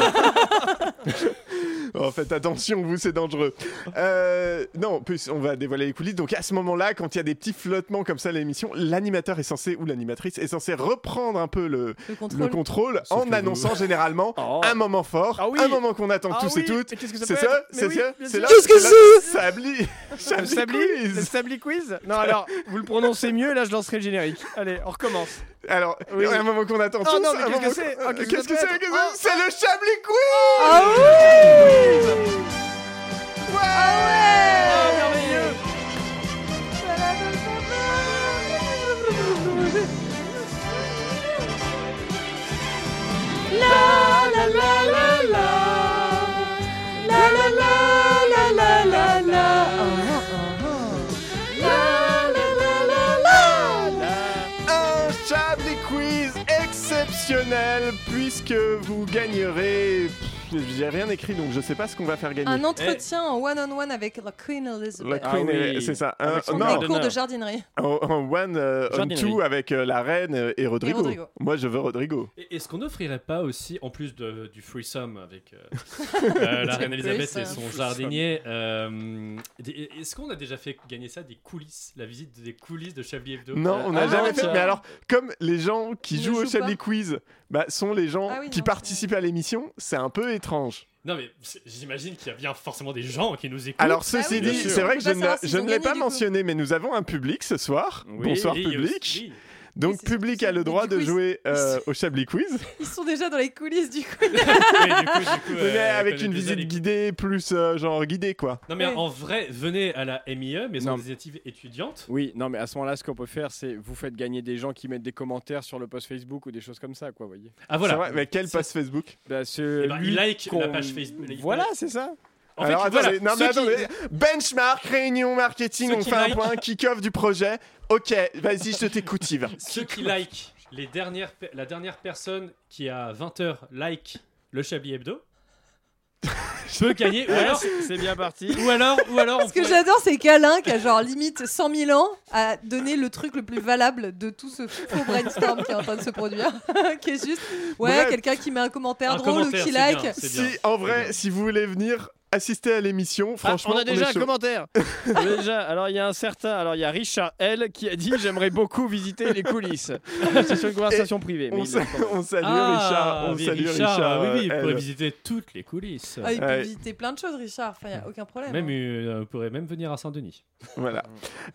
A: En fait, attention, vous, c'est dangereux. Euh, non, en plus, on va dévoiler les coulisses. Donc, à ce moment-là, quand il y a des petits flottements comme ça à l'émission, l'animateur est censé, ou l'animatrice, est censé reprendre un peu le,
C: Le
A: le
C: contrôle.
A: contrôle
J: Sauf que
A: en
J: vous-
A: annonçant généralement
J: Oh.
A: un moment fort,
J: Ah oui.
A: un moment qu'on attend
J: Ah
A: tous et
J: oui,
A: toutes.
J: mais qu'est-ce que ça
A: C'est
J: peut
A: ça
J: être Mais
A: C'est
J: oui,
A: ça
J: bien
A: C'est
J: sûr.
A: là
C: Qu'est-ce que
A: là-
C: c'est
A: Sabli
J: Le
A: Sabli
J: Sabli
A: quiz.
J: Le Sabli quiz Non, alors, vous le prononcez mieux, là je lancerai le générique. Allez, on recommence.
A: Alors,
J: Oui.
A: un moment qu'on attend
J: Oh
A: tous.
J: non,
A: un
J: mais qu'est-ce
A: moment
J: que c'est
A: qu'on-
J: Ah,
A: Qu'est-ce
J: qu'est-ce
A: que
J: que
A: c'est
J: ça peut
A: Qu'est-ce que
J: être
A: C'est le Chablis Quiz
C: Ah oui Ah ouais
J: Merveilleux
C: Ah,
J: Ah
A: Ah, Un Chablis Quiz exceptionnel, puisque vous gagnerez. Pff, J'ai rien écrit, donc je sais pas ce qu'on va faire gagner.
C: Un entretien en one-on-one avec la Queen
A: Eh. La
C: Elizabeth.
J: Ah
A: Queen,
J: oui.
A: est- c'est ça. Un,
J: Avec son
C: Pour
A: non,
C: des cours de jardinerie.
A: un- un one, euh, on
J: Jardinerie.
A: two avec euh, la reine euh, et Rodrigo.
C: Rodrigo.
A: Moi, je veux Rodrigo.
B: Et- Est-ce qu'on n'offrirait pas aussi, en plus de- du threesome avec euh, euh, la reine Elisabeth et son
J: Threesome.
B: jardinier, euh, des- est-ce qu'on a déjà fait gagner ça des coulisses, la visite des coulisses de Chablis Hebdo Euh,
A: Non, on n'a
J: ah,
A: jamais
J: non,
A: fait.
J: tiens.
A: Mais alors, comme les gens qui
C: Ils ne
A: jouent au
C: jouent pas.
A: Chablis Quiz bah, sont les gens
C: Ah oui,
A: qui
C: non,
A: participent à l'émission, c'est un peu étrange.
B: Non, mais c'est- j'imagine qu'il y a bien forcément des gens qui nous écoutent.
A: Alors
C: bah
A: ceci
B: oui, bien
A: dit,
B: sûr.
A: c'est
C: On
A: vrai
C: peut
A: que je
C: pas
A: ne,
C: savoir s'ils
A: je
C: ont
A: ne l'ai
C: gagné,
A: pas
C: du coup.
A: mentionné, mais nous avons un public ce soir.
J: Oui,
A: Bonsoir
B: Et il y a aussi-
A: public.
B: oui.
C: Oui,
A: Donc
C: c'est
A: public
C: ça,
A: a le
C: mais du
A: droit de
C: quiz.
A: jouer euh, au Chablis Quiz,
C: Ils sont déjà dans les coulisses du coup.
B: Oui, du coup- du coup, euh,
A: mais avec
B: connaît
A: une
B: déjà
A: visite
B: les-
A: guidée plus euh, genre guidée quoi.
B: Non, mais
C: Ouais.
B: en vrai, venez à la MIE, mais
J: Non.
B: sans initiative étudiante.
J: Oui, non, mais à ce moment-là, ce qu'on peut faire, c'est vous faites gagner des gens qui mettent des commentaires sur le post Facebook ou des choses comme ça, quoi, voyez.
B: Ah voilà.
A: C'est vrai, mais quel
B: Ça-
A: passe Facebook
J: Bah, ce-
B: Eh ben,
J: lui
B: il like
J: qu'on-
B: la page Facebook. Il-
J: Voilà, c'est ça.
B: En fait,
A: Alors
B: voilà,
A: attendez, non, mais
B: ceux qui-
A: attendez. benchmark, réunion marketing,
B: Ceux
A: on
B: qui
A: fait un
B: like.
A: point, kick-off du projet. Ok, vas-y, je te t'écoute Yves.
B: Ceux qui like les dernières, pe- la dernière personne qui à 20h like le Chablis
A: *laughs*
B: Hebdo peut gagner. Ou
J: Ouais,
B: alors,
J: c'est c'est bien parti.
B: ou alors, ou alors on
C: Ce que
B: pourrait-
C: j'adore, c'est qu'Alain, qui a genre limite 100 000 ans, a donné le truc le plus valable de tout ce faux brainstorm qui est en train de se produire. *laughs* qui est juste, ouais,
A: Bref.
C: quelqu'un qui met un commentaire
B: Un
C: drôle
B: commentaire,
C: ou
B: *laughs*
C: qui
B: c'est
C: like.
B: bien.
A: Si
B: bien,
A: en
B: c'est
A: vrai,
B: bien.
A: si vous voulez venir assister à l'émission,
J: Ah,
A: franchement,
J: on a
A: est
J: déjà un
A: chaud.
J: commentaire. *laughs* On a déjà. Alors il y a un certain, alors il y a Richard L qui a dit j'aimerais beaucoup visiter les coulisses. C'est sur une conversation privée. mais
A: On,
J: il
A: sa-
J: l'a pas.
A: on salue
B: Ah,
A: Richard, on
B: oui,
A: salue Richard.
B: oui, oui, il
A: euh,
B: pourrait
A: elle.
B: visiter toutes les coulisses.
C: Ah, il peut
A: Ouais.
C: visiter plein de choses, Richard. Enfin, il n'y a aucun problème.
B: Même,
C: hein.
B: euh, on pourrait même venir à Saint-Denis.
A: Voilà.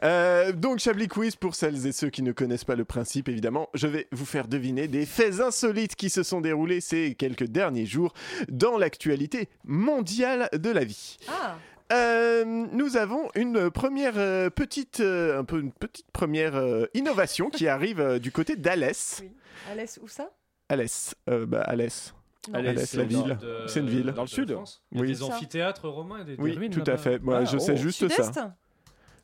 A: Euh, donc Chablis Quiz, pour celles et ceux qui ne connaissent pas le principe, évidemment, je vais vous faire deviner des faits insolites qui se sont déroulés ces quelques derniers jours dans l'actualité mondiale de la vie.
C: Ah,
A: Euh, nous avons une première euh, petite, euh, un peu une petite première euh, innovation qui arrive euh, du côté d'Alès.
C: Alès, où ça
A: Alès, euh, bah, Alès.
C: Non.
A: Alès,
J: Alès,
A: la
J: dans-
A: ville. C'est une ville.
J: Dans le sud.
B: France. Il y a
A: Oui.
B: des amphithéâtres romains et des, des
A: Oui,
B: ruines
A: tout à
B: là-bas.
A: fait. Moi,
J: Ah,
A: je sais
J: oh.
A: juste
C: Sud-Est
A: ça.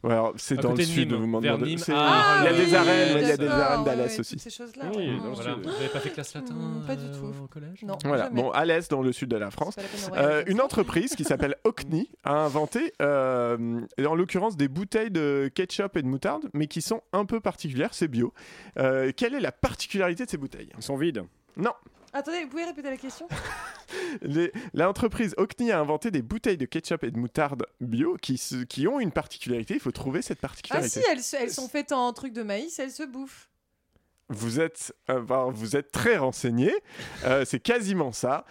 A: Ouais, alors, c'est
B: À
A: dans le
B: côté de
A: sud,
B: Nîmes,
A: vous m'en
B: vers
A: demandez.
B: Nîmes.
A: C'est-
B: Ah,
A: il y a des
B: oui,
A: arènes, il y a des
B: d'accord,
A: arènes d'Alas
C: ouais,
A: aussi.
C: toutes ces choses-là.
B: Oui,
A: dans le
B: euh, voilà.
A: sud.
B: Vous n'avez pas fait classe latin
C: Hmm, Ah, pas du
B: euh,
C: tout.
B: au collège
C: Non,
A: Voilà,
C: jamais.
A: bon, à l'est, dans le sud de la France.
C: C'est pas la peine de
A: Euh,
C: regarder comme
A: une
C: ça.
A: entreprise qui s'appelle
B: *laughs*
A: Ocni a inventé, euh, et en l'occurrence, des bouteilles de ketchup et de moutarde, mais qui sont un peu particulières, c'est bio. Euh, quelle est la particularité de ces bouteilles
J: Ils sont vides.
C: Attendez, vous pouvez répéter la question
A: Les- L'entreprise Ocni a inventé des bouteilles de ketchup et de moutarde bio qui, se- qui ont une particularité. Il faut trouver cette
C: Ah
A: particularité.
C: si, elles, se- elles sont faites en truc de maïs, elles se bouffent.
A: Vous êtes, euh, bah, vous êtes très renseigné. Euh, c'est quasiment ça.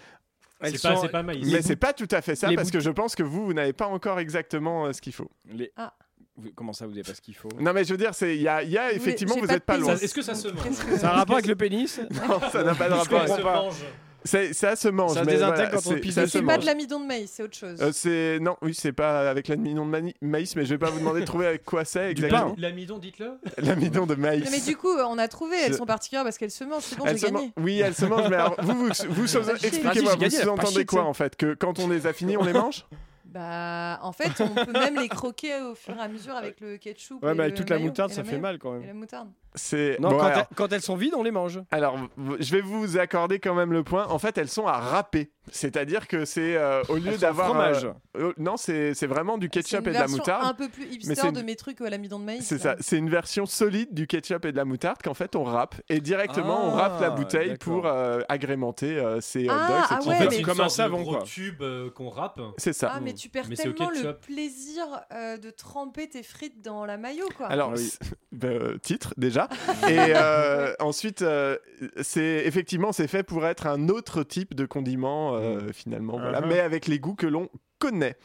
J: Elles
B: C'est pas,
J: sont-
B: c'est pas maïs.
A: Mais c'est pas tout à fait ça
J: les
A: parce que
J: boute-
A: je pense que vous, vous n'avez pas encore exactement euh, ce qu'il faut.
J: Les-
C: Ah.
J: Vous- Comment ça, vous n'avez pas ce qu'il faut
A: Non, mais je veux dire, c'est- il y a, il y a
C: Mais
A: effectivement,
C: j'ai
A: vous
C: pas
A: n'êtes pas
C: de
A: loin.
B: Ça- est-ce que ça se mange
C: Qu'est-ce que-
J: Ça a un rapport avec le pénis
A: Non, ça n'a pas de
J: Est-ce qu'on
A: rapport.
B: Ça se
J: pas.
B: mange.
A: C'est- Ça se mange.
J: Ça se
A: mais
J: désintègre
A: voilà,
J: quand on
A: c'est-
J: pisse
A: ça
J: dessus.
A: se
C: C'est
J: se
C: pas
A: mange.
C: de l'amidon de maïs, c'est autre chose.
A: Euh, c'est non, oui, c'est pas avec l'amidon de mani- maïs, mais je vais pas vous demander de trouver avec quoi c'est exactement. *laughs*
B: L'ami- L'amidon, dites-le.
A: L'amidon de maïs.
C: Non, mais du coup, on a trouvé, elles
A: Je-
C: sont particulières parce qu'elles se mangent, c'est bon,
A: Elles
C: j'ai
A: se man-
C: gagné.
A: Oui, elles se mangent, mais alors, vous, vous, vous, sous-
C: Vas-y, j'ai
A: expliquez-moi, vous
J: gagné, elle a pas hein.
A: sous-entendez
J: chié,
A: quoi
J: tu sais.
A: en fait Que quand on les a finis, on les mange
C: Bah, en fait, on peut même les croquer au fur et à mesure avec le ketchup.
J: Ouais,
C: et
J: mais avec
C: le
J: toute la
C: mayo,
J: moutarde,
C: et
J: ça
C: le
J: fait
C: mayo,
J: mal quand
C: Et
J: même.
C: la moutarde.
A: C'est.
J: Non,
A: bon,
J: quand,
A: alors,
J: elles, quand elles sont vides, on les mange.
A: alors, v- je vais vous accorder quand même le point. En fait, elles sont à râper. C'est-à-dire que c'est euh, au lieu
J: Elles sont
A: d'avoir.
J: fromage.
A: euh, euh, non, c'est c'est vraiment du
C: C'est une
A: ketchup et de la
C: version
A: moutarde.
C: un peu plus
A: mais
C: hipster
A: c'est une-
C: de mes trucs à l'amidon de maïs.
A: C'est ça,
C: là.
A: c'est une version solide du ketchup et de la moutarde qu'en fait on râpe. Et directement on
J: Ah,
A: râpe la bouteille
J: d'accord.
A: pour euh, agrémenter euh, ces hot dogs.
C: Ah,
A: ces
C: ah
A: petits
C: ouais,
A: hot dogs.
J: mais-
B: une
J: Comme
B: sorte
J: un savon,
B: de gros
J: quoi.
B: tube euh, qu'on râpe.
A: C'est ça.
C: Ah, mais tu perds
B: Mais c'est au
C: tellement le
B: ketchup.
C: plaisir euh, de tremper tes frites dans la mayo, quoi.
A: Alors,
J: Ah oui.
A: c'est- *laughs* bah, euh, titre déjà. Et
J: *laughs*
A: euh, ensuite, euh, c'est effectivement, c'est fait pour être un autre type de condiment, euh, finalement, voilà,
J: Uh-huh.
A: mais avec les goûts que l'on connaît.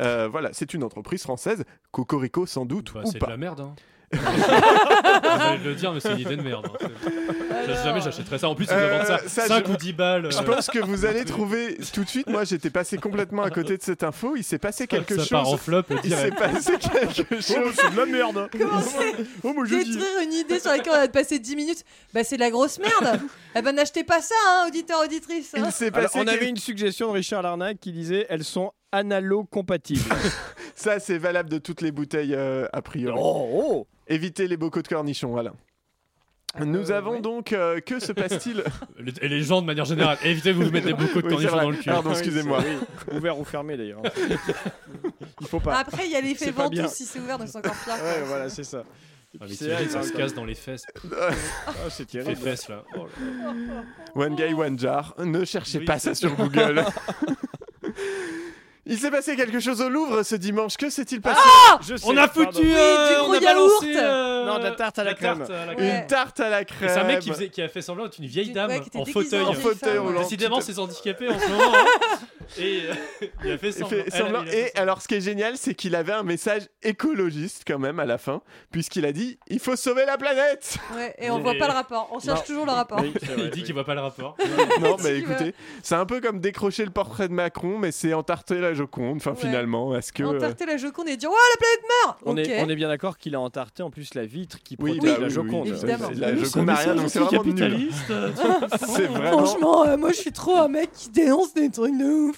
A: Euh, voilà, c'est une entreprise française, Cocorico sans doute
B: Bah,
A: ou
B: c'est de
A: pas.
B: la merde. Hein. Vous allez le dire, mais c'est une idée de merde. hein. C'est-
C: Alors,
B: Jamais j'achèterais ça. En plus, ils
A: Euh,
B: me vendent ça
A: ça,
B: 5
A: je-
B: ou 10 balles.
A: Je
B: euh,
A: pense que vous
J: *laughs*
A: allez trouver tout de suite. Moi, j'étais passé complètement à côté de cette info. Il s'est passé quelque
B: ça
A: chose.
B: part
J: *laughs*
B: en flop
A: Il s'est
B: direct.
A: passé quelque chose.
J: Oh, c'est de la merde
A: *laughs*
C: Comment c'est
J: Oh, moi
C: détruire une idée sur laquelle on a passé 10 minutes Bah, c'est de la grosse merde Eh ben, n'achetez pas ça, hein, auditeur, auditrice hein.
A: Il s'est
J: Alors,
A: passé
J: on
A: quelque-
J: avait une suggestion de Richard Larnac qui disait elles sont
A: *laughs*
J: analocompatibles.
A: Ça, c'est valable de toutes les bouteilles euh, a priori.
J: oh
A: Évitez les bocaux de cornichons, Alain. Nous avons donc euh, que se
B: *laughs*
A: passe-t-il
B: Le- Et les gens, de manière générale, évitez de vous mettre des bocaux de
A: Oui, c'est
B: cornichons
A: vrai.
B: dans le cul.
A: Pardon, excusez-moi.
J: Ouvert ou
A: *laughs*
J: fermé d'ailleurs. Il faut pas.
C: Après, il y a l'effet
J: C'est pas bien.
C: ventouse, si c'est ouvert, donc c'est encore pire.
J: Ouais, voilà, c'est ça.
B: Ah, mais
J: C'est
B: t'imagines,
J: vrai,
B: ça
J: c'est
B: se
J: vrai.
B: casse dans les fesses.
J: Ah, c'est
B: Les
J: terrible.
B: fesses, là. Oh là là.
A: One guy, one jar. Ne cherchez
B: Oui,
A: pas ça
B: c'est
A: sur
B: *laughs*
A: Google. Il s'est passé quelque chose au Louvre ce dimanche. Que s'est-il
B: Ah,
A: passé
C: ah,
J: Je sais,
B: On a
J: pardon.
B: foutu euh,
C: gros
B: on a
C: yaourt.
B: balancé, euh,
J: Non, de la tarte à la crème.
B: tarte à la crème.
C: Ouais.
A: Une tarte à la
B: Et
A: crème.
B: c'est un mec qui, faisait- qui a fait semblant d'être une vieille
C: Ouais,
B: dame
C: qui était
B: en
C: déguisée
B: fauteuil.
A: en
C: vieille
A: fauteuil
C: femme, ouais.
A: roulant.
B: Décidément,
A: Tout
B: ces handicapés en ce moment. hein. *laughs* Et euh, il a fait
A: Il
B: semblant.
A: fait
B: Elle,
A: semblant.
B: elle, il a fait
A: Et alors, ce qui est génial, c'est qu'il avait un message écologiste quand même à la fin, puisqu'il a dit il faut sauver la planète.
C: Ouais, et on voit
B: Et-
C: pas le rapport, on cherche
J: Non.
C: toujours le rapport.
J: Oui, c'est
B: semblant.
J: vrai,
B: Il dit
J: oui.
B: qu'il voit pas le rapport. *laughs*
A: non, mais
C: Si,
A: écoutez, c'est un peu comme décrocher le portrait de Macron, mais c'est entarter la Joconde. Enfin,
C: Ouais.
A: finalement, est-ce que euh,
C: Entarter la Joconde et dire Ouah, la planète meurt
J: On,
C: Ok.
J: est, on est bien d'accord qu'il a entarté en plus la vitre qui
A: Oui,
J: protège
A: bah
J: la
A: oui,
J: Joconde.
A: oui,
C: Évidemment.
A: oui, la Joconde n'a rien, donc c'est vraiment nul.
B: capitaliste. euh, *laughs*
A: C'est vraiment.
C: Franchement, euh, moi je suis trop un mec qui dénonce des trucs de ouf.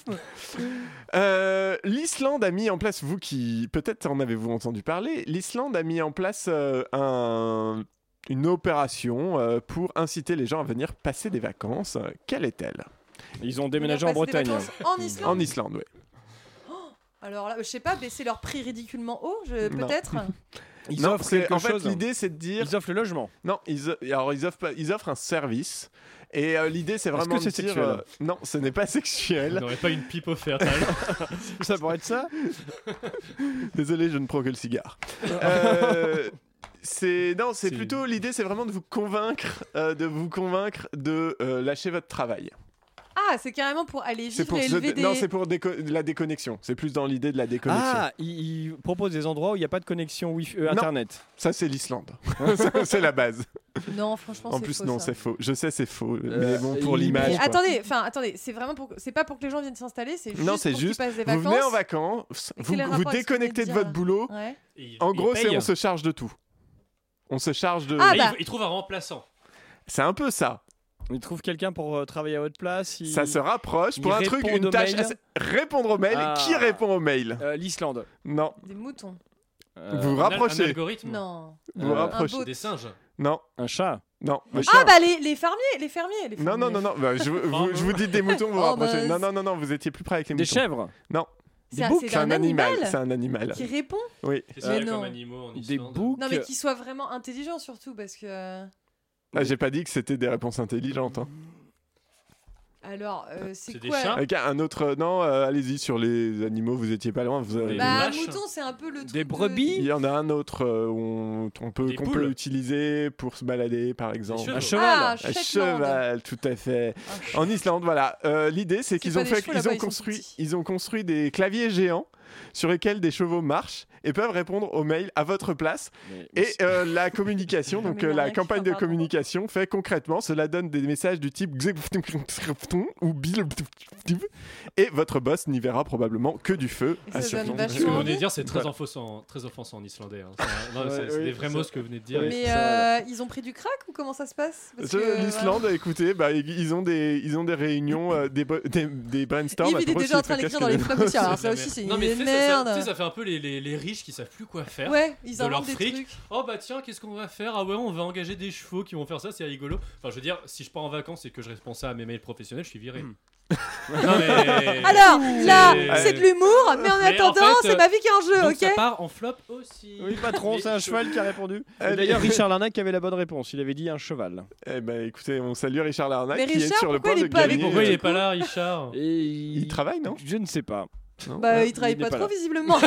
A: Euh, L'Islande a mis en place, vous qui peut-être en avez-vous entendu parler, l'Islande a mis en place euh, un- une opération euh, pour inciter les gens à venir passer des vacances. Euh, Quelle est-elle
J: Ils ont déménagé en
C: Ils ont passé des
J: Bretagne.
C: vacances En Islande
A: En Islande, oui.
C: Alors là, je sais pas, baisser leur prix ridiculement haut, je-
A: Non.
C: peut-être
J: Ils
A: Non,
J: offrent
A: c'est-
J: quelque
A: en fait,
J: chose. hein.
A: l'idée c'est de dire
J: Ils offrent le logement.
A: non, ils, alors ils offrent pas- ils offrent un service et euh, l'idée c'est vraiment
J: que
A: de
J: c'est
A: dire
J: sexuel
A: euh, non, ce n'est pas *laughs*
B: Il
A: sexuel.
B: n'aurait pas une pipe offerte. *laughs*
J: Ça pourrait être ça
A: *laughs* Désolé, je ne prends que le cigare. Euh, *laughs* c'est non, c'est
B: C'est-
A: plutôt l'idée c'est vraiment de vous convaincre euh, de vous convaincre de euh, lâcher votre travail.
C: Ah, c'est carrément pour aller
A: C'est
C: vivre
A: pour
C: et
A: se-
C: élever des.
A: non, c'est pour déco- la déconnexion. C'est plus dans l'idée de la déconnexion.
J: Ah, ils ils proposent des endroits où il n'y a pas de connexion wifi, euh,
A: Non.
J: Internet.
A: Ça c'est l'Islande. Hein,
C: *laughs*
A: Ça, c'est la base.
C: Non, franchement,
A: En
C: c'est
A: plus
C: faux,
A: non,
C: ça.
A: c'est faux. Je sais c'est faux, mais
J: Euh,
A: bon pour
J: il-
A: l'image.
C: Mais
A: quoi.
C: attendez, enfin attendez, c'est vraiment pour, c'est pas pour que les gens viennent s'installer, c'est juste
A: Non, c'est
C: pour qu'ils
A: juste,
C: passent des
A: Vous
C: vacances.
A: venez en vacances,
C: Et
A: vous,
C: quel est le
A: vous
C: rapport avec ce qu'on vient de
A: déconnectez de
C: dire,
A: votre
C: là
A: boulot.
C: Ouais.
A: En gros,
B: hein.
A: c'est on se charge de tout. On se charge de.
C: Ah,
B: il,
C: bah.
B: il trouve un remplaçant.
A: C'est un peu ça.
J: Ils trouvent quelqu'un pour euh, travailler à votre place. ils-
A: Ça se rapproche pour
J: ils
A: un truc,
J: répondent
A: une
J: aux
A: tâche.
J: mails
A: assez- Répondre aux mails.
J: Ah.
A: Qui répond aux mails
J: Euh, L'Islande.
A: Non.
C: Des moutons.
A: Vous vous rapprochez.
B: Un algorithme
C: Non.
A: Vous vous
J: Euh,
A: rapprochez.
C: un bot.
B: Des singes.
A: Non.
J: Un chat
A: Non.
J: Un
A: mais-
C: Ah bah les, les fermiers, les fermiers. Les
A: Non, non, non, non. bah, je, vous, je vous dis des moutons, vous vous
C: Oh, bah,
A: rapprochez. Non, non, non, non, vous étiez plus près avec les
J: Oh, Des
A: moutons.
J: chèvres
A: Non.
C: C'est un- c'est
A: C'est un
C: un
A: animal.
C: animal
A: C'est un animal.
C: Qui répond
A: Oui.
B: Qu'est-ce
A: Euh,
B: qu'il y a
C: non.
B: comme animaux en
J: Des
B: Islande
J: boucs
C: Non mais qu'ils soient vraiment intelligents surtout parce que. euh,
A: ah, J'ai pas dit que c'était des réponses intelligentes. hein.
C: Alors euh, c'est
B: C'est des
C: quoi
J: Ah.
B: chats
A: Avec un autre. euh, non, euh, allez-y sur les animaux, vous étiez pas loin. Vous avez-
B: Des
C: Bah un
B: vaches
C: mouton c'est un peu le truc.
J: Des
C: de-
A: Il
J: brebis
A: y en a un autre euh, où on, on peut
B: Des
A: qu'on
B: poules.
A: peut utiliser pour se balader, par exemple.
B: chevaux.
J: euh, Un
A: Un
C: Ah,
J: cheval
C: Shetland.
A: cheval, Ah, tout à fait. En Islande, voilà. Euh, L'idée, c'est
C: C'est
A: qu'ils
C: pas
A: ont
C: des
A: fait,
C: chevaux
A: ils
C: là-bas,
A: ont
C: ils sont
A: construit,
C: petits.
A: ils ont construit des claviers géants sur lesquels des chevaux marchent et peuvent répondre aux mails à votre place.
J: Mais- mais
A: Et *laughs* euh, la
C: *laughs*
A: communication,
C: Non,
A: donc
C: mais
A: euh,
C: il y a
A: la
C: rien qui
A: campagne
C: va,
A: de
C: pardon.
A: communication, fait concrètement, cela donne des messages du type *laughs* ou Bill et votre boss n'y verra probablement que du feu.
C: Et ça
A: à ce
C: donne
A: moment.
B: Ce
C: vachement
B: que vous venez
C: envie.
B: de dire, c'est très
A: Voilà.
B: offensant, très offensant en islandais. hein. C'est- non,
J: Ouais,
B: c'est c'est
J: oui,
B: des vrais
J: c'est
B: mots
J: ça.
B: ce que vous venez de dire.
J: Ouais.
C: Mais
J: Ça,
C: euh, ils ont pris du crack ou comment ça se passe Parce
A: Je-
C: que,
A: Euh,
C: euh,
A: L'Islande, écoutez, bah, ils ont des, ils ont des réunions, euh, des, bo- des, des brainstorms.
C: voilà. Yves, il est
A: Apparemment,
C: déjà en
A: c'est
C: train
A: le
C: d'écrire
A: casque
C: dans
A: *laughs*
C: les
A: de-
C: flammes Alors ça
B: la
C: aussi
B: merde.
C: c'est
B: Non,
C: une
B: mais
C: idée de
B: tu sais, ça- ça- tu sais,
C: merde.
B: ça fait un peu les, les- les riches qui savent plus quoi faire.
C: Ouais, ils
B: de leur
C: inventent des
B: fric.
C: trucs.
B: Oh bah tiens, qu'est-ce qu'on va faire Ah ouais, on va engager des chevaux qui vont faire ça, c'est rigolo. Enfin, je veux dire, si je pars en vacances et que je réponds ça à mes mails professionnels, je suis viré.
J: Hmm.
B: *laughs* non mais.
C: *laughs* Alors
B: c'est-
C: là, c'est de l'humour, mais en
B: Mais en
C: attendant,
B: fait,
C: c'est
B: euh,
C: ma vie qui est en jeu,
B: Donc ça
C: ok
B: part en flop aussi.
J: Oui, patron,
B: Mais
J: c'est un
B: je-
J: cheval qui a répondu.
A: Allez.
J: Et D'ailleurs, Richard Larnac avait la bonne réponse. Il avait dit un cheval.
A: Eh ben, écoutez, on salue Richard Larnac
C: Mais
A: qui
C: Richard,
A: est sur le
C: pourquoi
A: point
C: il
A: de
C: est pas avec
A: gagner.
C: nous
B: Pourquoi il est pas là, Richard
J: Et
A: Il travaille, non
J: Je ne sais pas.
C: Bah,
J: il
C: il travaille
J: n'est
C: pas
J: pas
C: trop,
J: là.
B: *laughs*
C: visiblement.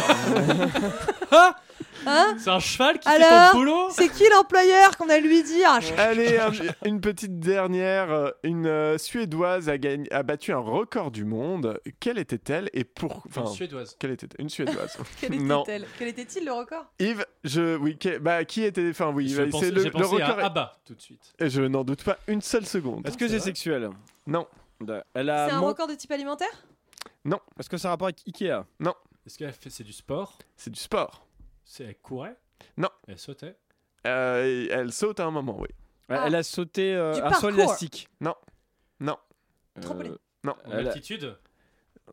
B: Ah.
C: Hein
B: C'est un cheval qui fait
C: Alors
B: ton boulot
C: C'est qui l'employeur qu'on a lui Ah, dire *laughs*
A: Allez, un- une petite dernière. Euh, Une euh, Suédoise a, gagné, a battu un record du monde. Quelle était-elle et pour. Enfin,
B: Une Suédoise.
A: quelle était Une Suédoise. *laughs*
C: Quel
A: Non.
C: était-elle Quel était-il le record
A: Yves, je. Oui, que- bah, qui était. Enfin, oui,
B: Je
A: bah,
B: pense-
A: c'est
B: J'ai
A: le, le
B: pensé
A: record.
B: à Abba tout de suite.
A: Et je n'en doute pas une seule seconde.
J: Est-ce que c'est sexuel
A: Non.
J: Elle
A: Euh,
C: C'est
J: a
C: un
J: mon-
C: record de type alimentaire
J: Est-ce que ça a rapport avec Ikea
B: Est-ce qu'elle fait c'est du sport
A: C'est du sport.
B: C'est elle courait
A: Non.
B: Elle sautait
A: Euh, elle saute à un moment, oui.
C: Ah.
J: Elle a sauté euh,
C: Du
J: un sol
C: parcours.
J: élastique.
A: Non. Non.
C: Trampoline.
J: Euh,
B: En
J: Elle a-
B: altitude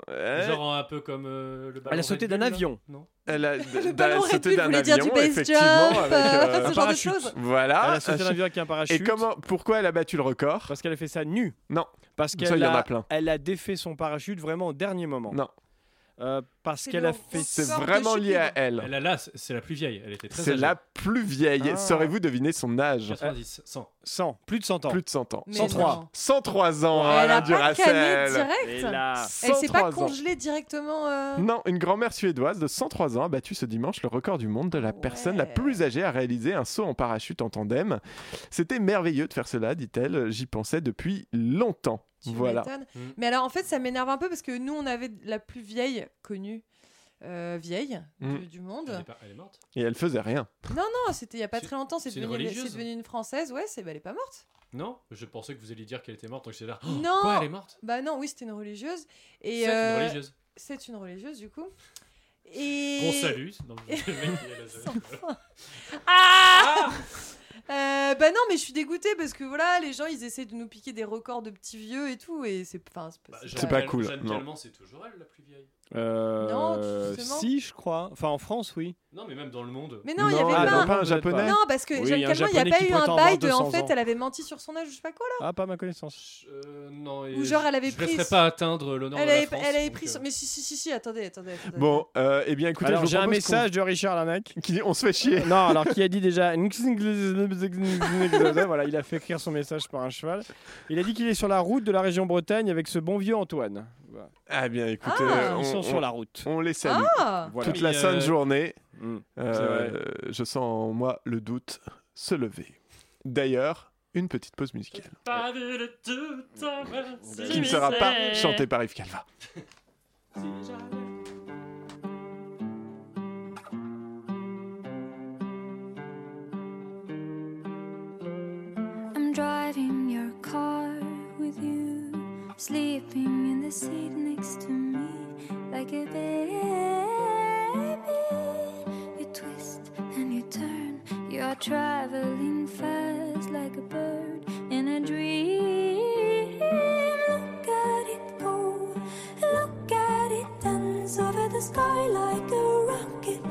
A: Euh,
B: Genre un peu comme euh, le ballon.
J: Elle a sauté
B: Red Bull,
J: d'un
B: là
J: avion.
B: Non.
A: Elle
C: *laughs*
A: a
C: Le
A: d-
C: ballon
A: elle a
C: Red
A: sauté
C: Bull
A: Bah, d'un
C: voulait dire
A: avion,
C: du base jump,
A: effectivement, avec,
C: euh, *laughs*
A: euh,
C: ce genre de
J: parachute.
C: choses.
A: voilà.
J: Elle a sauté
A: Un
J: d'un avion avec un parachute.
A: Ah, Et comment, pourquoi elle a battu le record
J: Parce qu'elle a fait ça nue.
A: Non.
J: Parce
A: Ça, il
J: qu'elle
A: y en a
J: a,
A: plein.
J: elle a défait son parachute vraiment au dernier moment.
A: Non.
J: Euh, parce
C: C'est
J: qu'elle a
C: le-
J: fait.
A: C'est
C: Sort de
A: vraiment lié à
C: Cupid.
A: elle.
B: Elle a là, c'est la plus vieille. Elle était très
A: C'est
B: âgée.
A: la plus vieille.
J: Ah.
A: Saurez-vous deviner son âge
B: 90, 100.
J: 100, plus de 100 ans.
A: Plus de 100 ans.
C: Mais
J: 103.
C: non.
A: 103 ans,
C: Elle a
A: Alain
C: pas calé
A: Duracell.
J: Et
C: direct
J: là,
C: Elle s'est pas
A: 103 ans.
C: congelée directement euh,
A: Non, une grand-mère suédoise de 103 ans a battu ce dimanche le record du monde de la personne la
C: Ouais.
A: plus âgée à réaliser un saut en parachute en tandem. C'était merveilleux de faire cela, dit-elle. J'y pensais depuis longtemps.
C: tu
A: voilà.
C: m'étonnes.
B: Mm.
C: Mais alors en fait ça m'énerve un peu parce que nous on avait la plus vieille connue euh, vieille de-
A: Mm.
B: Elle
C: du
B: est,
C: monde.
B: pas- elle est morte.
A: Et elle faisait rien.
C: Non, c'était il y a pas
B: C'est-
C: très longtemps, c'est
B: c'est une
C: devenu,
B: religieuse.
C: c'est devenu une française, ouais, c'est bah, elle est pas morte.
B: Non, je pensais que vous alliez dire qu'elle était morte. Donc j'étais là. Oh,
C: *gasps* Non.
B: *gasps* Quoi, elle est morte
C: Bah non, oui, c'était une religieuse et
B: C'est
C: euh,
B: une religieuse.
C: c'est une religieuse du coup. Et
B: Qu'on salue. Non, le mec, il
C: *laughs*
B: est là, ça-
C: Ah Euh, bah non, mais je suis dégoûtée parce que voilà, les gens ils essaient de nous piquer des records de petits vieux et tout, et c'est enfin, c'est pas-
B: Bah,
C: c'est
B: Jeanne
A: pas
B: Calment-
A: cool,
B: Jeanne
A: non.
B: Calment, c'est toujours elle la plus vieille.
J: Euh,
C: Non, justement.
J: si, je crois. Enfin, en France, oui.
B: Non, mais même dans le monde.
C: Mais non, il y
A: Non,
C: avait
A: ah,
C: pas.
A: non,
C: un-
A: pas un
J: Peut-être pas.
A: japonais.
C: Non, parce que
J: Oui,
C: Jeanne
J: il y a un
C: Calment, il n'y a
J: Japonais
C: pas
J: qui
C: eu
J: prétend
C: un bail
J: avoir
C: de en
J: 200
C: fait,
J: ans.
C: elle avait menti sur son âge ou je sais pas quoi là.
J: Ah, pas ma connaissance.
B: Je- euh, non, et
C: Ou genre, elle avait
B: je
C: pris
B: laisserai
C: ce-
B: pas atteindre l'honneur
C: Elle
B: de la
C: avait,
B: France,
C: elle avait
B: donc,
C: pris
B: euh,
C: son. Mais si, si, si, si, attendez, attendez. attendez.
A: Bon, euh, eh bien écoutez,
J: alors,
A: je vous
J: j'ai un
A: propose qu'on-
J: message de Richard Larnac.
A: *laughs* qui- on se fait chier.
J: non, alors qui a dit déjà. *laughs* voilà, il a fait écrire son message par un cheval. Il a dit qu'il est sur la route de la région Bretagne avec ce bon vieux Antoine. Voilà.
A: Ah bien écoutez,
C: Ah.
A: euh, on,
J: Ils sont sur
A: on-
J: la route.
A: on les salue.
C: Ah
J: Voilà.
A: Toute
B: Mais,
A: la
B: euh,
A: sainte journée,
J: Mm.
A: euh, je sens en moi le doute se lever. D'ailleurs, une petite pause musicale
B: Pas vu le tout à l'heure, si
A: qui ne sera
B: euh,
A: pas chantée par Yves Calva.
B: j'avais-
D: I'm driving your car with you, sleeping in the seat next to me like a baby. You twist and you turn, you're traveling fast like a bird in a dream. Look at it go, look at it dance over the sky like a rocket.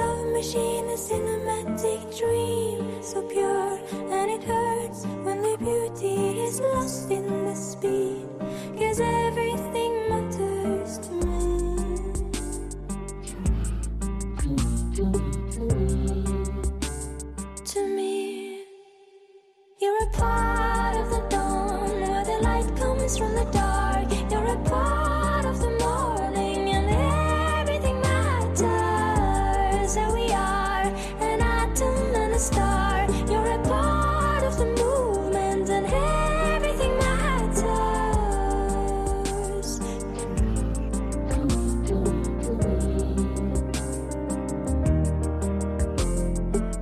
D: Love me
K: machine, a cinematic dream, so pure, and it hurts when the beauty is lost in the speed. Cause everything matters to me. To me, you're a part of the dawn, where the light comes from the dark. You're a part of the morning, and everything matters. That we are an atom and a star. You're a part of the movement, and everything matters.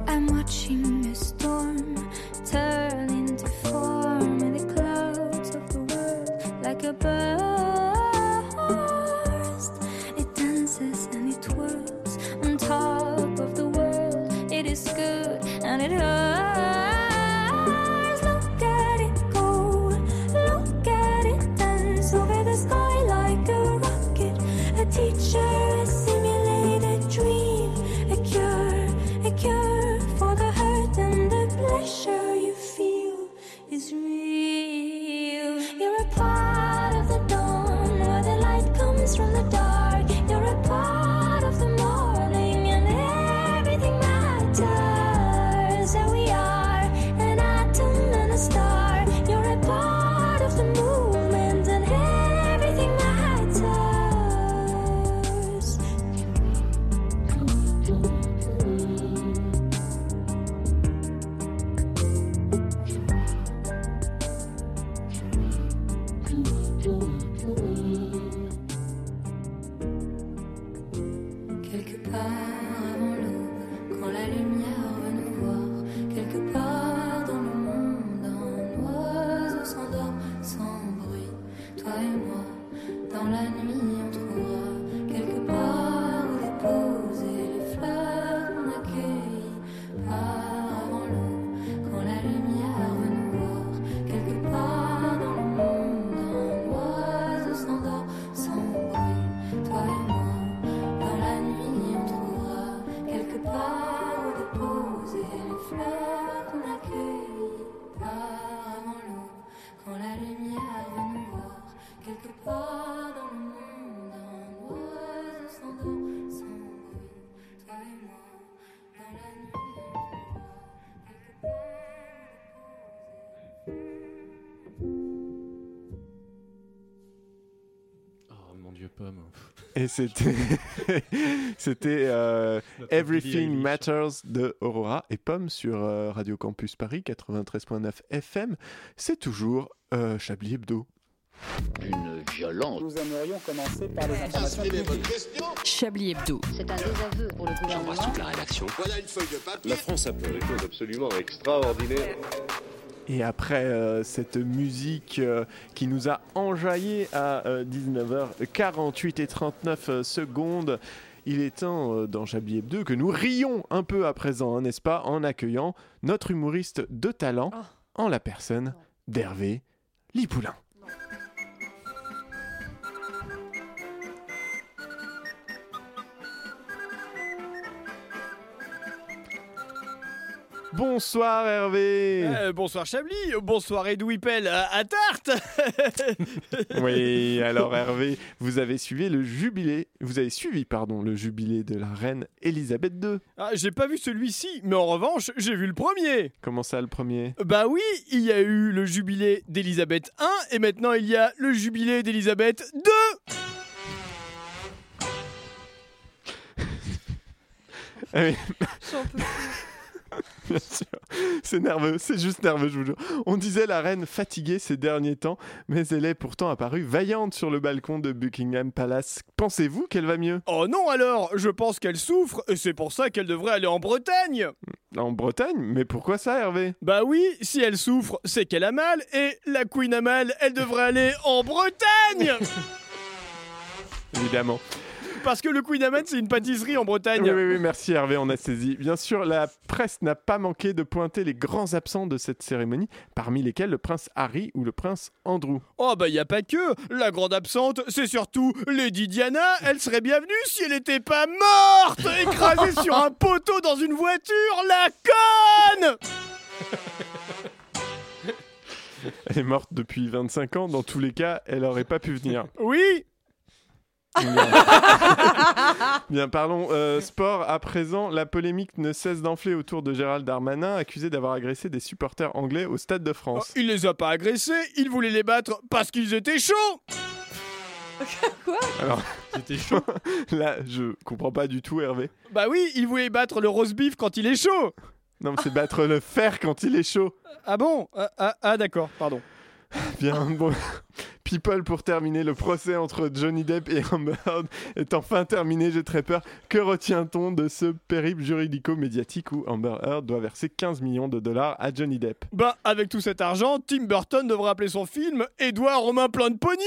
K: I'm watching a storm turn into form in the clouds of the world like a burst. It dances and it twirls on top of the world. It is good and it hurts. Look at it go, look at it dance over the sky like a rocket. A teacher, a simulated dream, a cure, a cure for the hurt and the pleasure you feel is real. You're a part of the dawn, where the light comes from the dark. You're a part of the morning, and everything matters. That we are an atom and a star. You're a part of the movement, and everything matters. Quelque part avant l'aube, quand la lumière va nous voir, quelque part dans le monde, un oiseau s'endort sans bruit. Toi et moi, dans la nuit, on trouvera quelque part où déposer les fleurs qu'on accueille. Part avant l'aube, quand la lumière va nous voir, quelque part dans le monde, un oiseau s'endort sans bruit. Toi et moi. Dans la nuit, on trouvera quelque part où déposer les fleurs qu'on accueille par avant l'aube. Quand la lumière va nous voir, quelque part dans le monde, un oiseau s'endort sans bruit. Toi et moi, dans la nuit, on trouvera quelque part.
B: Oh mon dieu, pomme.
A: Et c'était, *laughs* c'était euh,
B: Notre Billie
A: Everything
B: Eilish.
A: Matters de Aurora et Pomme sur euh, Radio Campus Paris 93.9 FM. C'est toujours euh, Chablis Hebdo.
F: Une violence.
E: Nous aimerions commencer par les informations
H: Chablis Hebdo.
G: C'est un désaveu pour le gouvernement.
F: toute la rédaction. Voilà une feuille de papier. La France a fait des choses absolument extraordinaires.
A: Et après euh, cette musique euh, qui nous a enjaillé à euh, 19h48 et 39 euh, secondes, il est temps euh, dans Chablis Hebdo que nous rions un peu à présent, hein, n'est-ce pas, en accueillant notre humoriste de talent
C: Ah,
A: en la personne d'Hervé Lipoulin. Bonsoir Hervé
J: Euh, bonsoir Chablis, bonsoir Edwipel à, à Tarte
A: Oui, alors Hervé, vous avez suivi le jubilé, vous avez suivi pardon le jubilé de la reine Elisabeth II.
J: Ah, J'ai pas vu celui-ci, mais en revanche, j'ai vu le premier
A: Comment ça le premier
J: Bah oui, il y a eu le jubilé d'Elisabeth I et maintenant il y a le jubilé d'Elisabeth II
A: Ah oui. Bien sûr. C'est nerveux, c'est juste nerveux, je vous jure. On disait la reine fatiguée ces derniers temps, mais elle est pourtant apparue vaillante sur le balcon de Buckingham Palace. Pensez-vous qu'elle va mieux
J: Oh non alors, je pense qu'elle souffre et c'est pour ça qu'elle devrait aller en Bretagne
A: En Bretagne Mais pourquoi ça, Hervé
J: Bah oui, si elle souffre, c'est qu'elle a mal et la Queen
A: *laughs*
J: a mal, elle devrait aller en Bretagne
A: Évidemment.
J: parce que le Queen c'est une pâtisserie en Bretagne.
A: Oui, oui, oui, merci Hervé, on a saisi. Bien sûr, la presse n'a pas manqué de pointer les grands absents de cette cérémonie, parmi lesquels le prince Harry ou le prince Andrew.
J: Oh bah y a pas que La grande absente, c'est surtout Lady Diana, elle serait bienvenue si elle n'était pas morte Écrasée sur un poteau dans une voiture, la conne
A: Elle est morte depuis 25 ans, dans tous les cas, elle n'aurait pas pu venir.
J: Oui
A: Bien, parlons euh, sport à présent. La polémique ne cesse d'enfler autour de Gérald Darmanin, accusé d'avoir agressé des supporters anglais au Stade de France.
J: Il les a pas agressés, il voulait les battre parce qu'ils étaient chauds
A: Alors, c'était chaud. *laughs* Là, je comprends pas du tout, Hervé.
J: Bah oui, il voulait battre le roast beef quand il est chaud
A: Non, mais c'est battre le fer quand il est chaud.
J: Ah bon Ah, ah, ah, d'accord, pardon.
A: Bien, bon. People, pour terminer, le procès entre Johnny Depp et Amber Heard est enfin terminé, j'ai très peur. Que retient-on de ce périple juridico-médiatique où Amber Heard doit verser 15 millions de dollars à Johnny Depp
J: Bah avec tout cet argent, Tim Burton devrait appeler son film Édouard Romain plein de pognon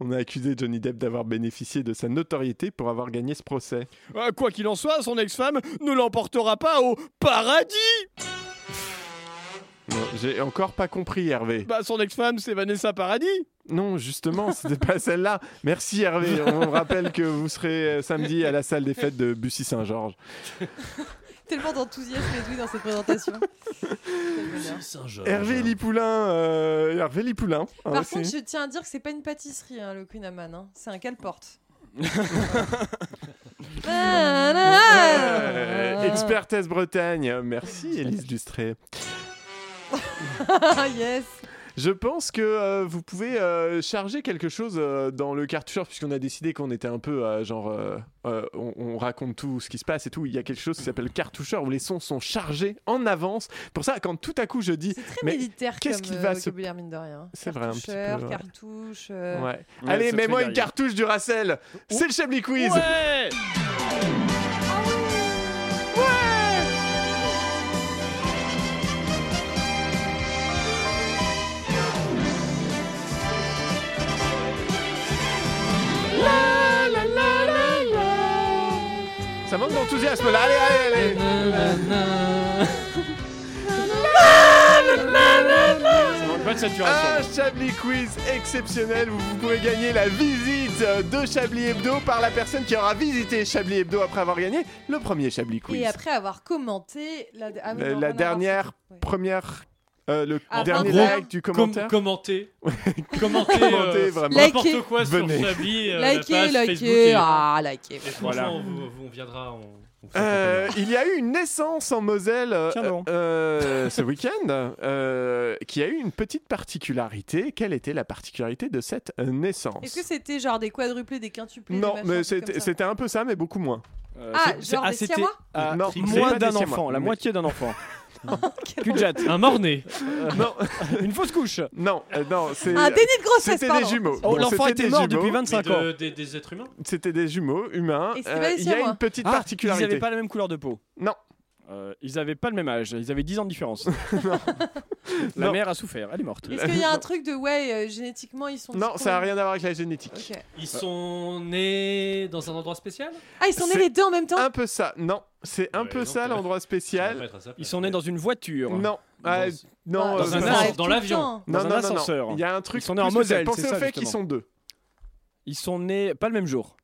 A: On a accusé Johnny Depp d'avoir bénéficié de sa notoriété pour avoir gagné ce procès.
J: Euh, Quoi qu'il en soit, son ex-femme ne l'emportera pas au paradis
A: Non, J'ai encore pas compris, Hervé.
J: Bah son ex-femme c'est Vanessa Paradis
A: Non, justement, c'était pas celle-là. Merci, Hervé. On vous rappelle que vous serez euh, samedi à la salle des fêtes de Bussy-Saint-Georges.
C: Tellement d'enthousiasme et de oui dans
A: *laughs*
C: cette présentation. Quel bonheur.
B: Euh,
A: Hervé Lipoulin, euh, Hervé Lipoulin. hein,
C: Par
A: c'est-
C: contre, je tiens à dire que c'est pas une pâtisserie, hein, le Queen Amman. hein. C'est un cale-porte. Ah.
A: Euh, Expertesse Bretagne. Merci, Élise Dustré.
C: Ah, yes.
A: Je pense que euh, vous pouvez euh, charger quelque chose euh, dans le cartoucheur, puisqu'on a décidé qu'on était un peu euh, genre. euh, euh, on, on raconte tout ce qui se passe et tout. Il y a quelque chose qui s'appelle le cartoucheur où les sons sont chargés en avance. Pour ça, quand tout à coup je dis.
C: Très
A: mais
C: militaire
A: qu'est-ce
C: comme
A: qui
C: euh,
A: va se-
C: vocabulaire, mine de rien.
A: C'est vrai, un petit peu,
C: Cartoucheur,
A: ouais.
C: Cartouche.
A: Ouais.
C: euh,
A: Allez,
J: c'est
A: mets-moi
J: très
A: une
J: derrière.
A: cartouche du Racel. C'est le Chablis Quiz.
J: Ouais
A: Ça manque d'enthousiasme là. Allez, allez,
J: Ça manque pas de saturation.
A: Un Chablis Quiz exceptionnel où vous pourrez gagner la visite euh, de Chablis Hebdo par la personne qui aura visité Chablis Hebdo après avoir gagné le premier Chablis Quiz.
C: Et après avoir commenté la, ah oui,
A: La- la
C: non, rien à voir,
A: dernière
C: c'est- ouais.
A: Première, euh, le
C: Ah,
A: dernier
C: pardon.
A: like du commentaire.
B: commenter. commenter.
A: Commentez,
B: euh,
A: vraiment.
B: N'importe
C: Likez.
B: quoi sur
A: Venez.
B: Chablis. euh, la
C: Likez,
B: page Facebook
C: likez.
B: et-
C: Ah, likez.
B: Et
A: Voilà.
B: franchement, on, vous- vous- on viendra. On, on fait
A: Euh, il y a eu une naissance en Moselle euh,
J: Tiens donc.
A: euh,
J: *laughs*
A: ce week-end euh, qui a eu une petite particularité. Quelle était la particularité de cette euh, naissance
C: Est-ce que c'était genre des quadruplés, des quintuplés des
A: Non,
C: machins,
A: mais
C: un truc comme
A: c'était
C: ça
A: c'était un peu ça, mais beaucoup moins.
J: Euh,
C: Ah, genre des
J: c'était
C: Siamois
J: ah,
A: Non, c'est pas
J: moins
A: des
J: d'un
A: Siamois.
J: enfant, la
A: Mais-
J: moitié d'un enfant.
C: Quel
J: Cul-de-jatte.
B: Un morné.
C: Ah.
A: Non,
J: une fausse couche.
A: non, euh, non, c'est.
C: Un Ah, déni de grossesse,
A: C'était
C: pardon.
A: des jumeaux.
J: Oh,
A: Bon,
J: L'enfant
A: c'était
J: était
A: des
J: mort
A: jumeaux.
J: depuis 25
B: Mais
J: ans.
B: de- des, des êtres humains
A: C'était des jumeaux humains.
C: Et c'était
A: Euh,
C: pas des
A: Il y a
C: Siamois
A: une petite
J: Ah, Ils
A: particularité.
J: n'avaient pas la même couleur de peau.
A: Non.
J: Euh, ils n'avaient pas le même âge. Ils avaient 10 ans de
A: *laughs*
J: différence. la
A: Non.
J: mère a souffert. Elle est morte.
C: Est-ce qu'il y a un truc de ouais, euh, génétiquement ils sont.
A: Non,
C: tous
A: ça n'a
C: con-
A: rien à voir avec la génétique.
C: Ok.
B: Ils sont nés dans un endroit spécial
C: Ah, ils sont nés
A: C'est-
C: les deux en même temps
A: Un peu ça. Non, c'est un
B: Ouais,
A: peu
B: non,
A: ça
B: t'as-
A: l'endroit
B: Ça va
A: spécial.
B: pas être à sa
J: Ils
B: place.
J: sont nés dans une voiture.
A: Non.
J: Dans-
A: euh, non, euh,
J: dans un
A: non.
J: ascenseur.
C: arrive
B: dans
C: tout le
B: l'avion.
C: temps.
A: Non,
J: Dans un
A: non, non, non.
J: ascenseur.
A: Il y a un truc.
J: Ils sont nés en
A: plus que ça.
J: Moselle,
A: Pensez
J: c'est
A: au
J: ça,
A: fait qu'ils
J: justement.
A: sont deux.
J: Ils sont nés pas le même jour.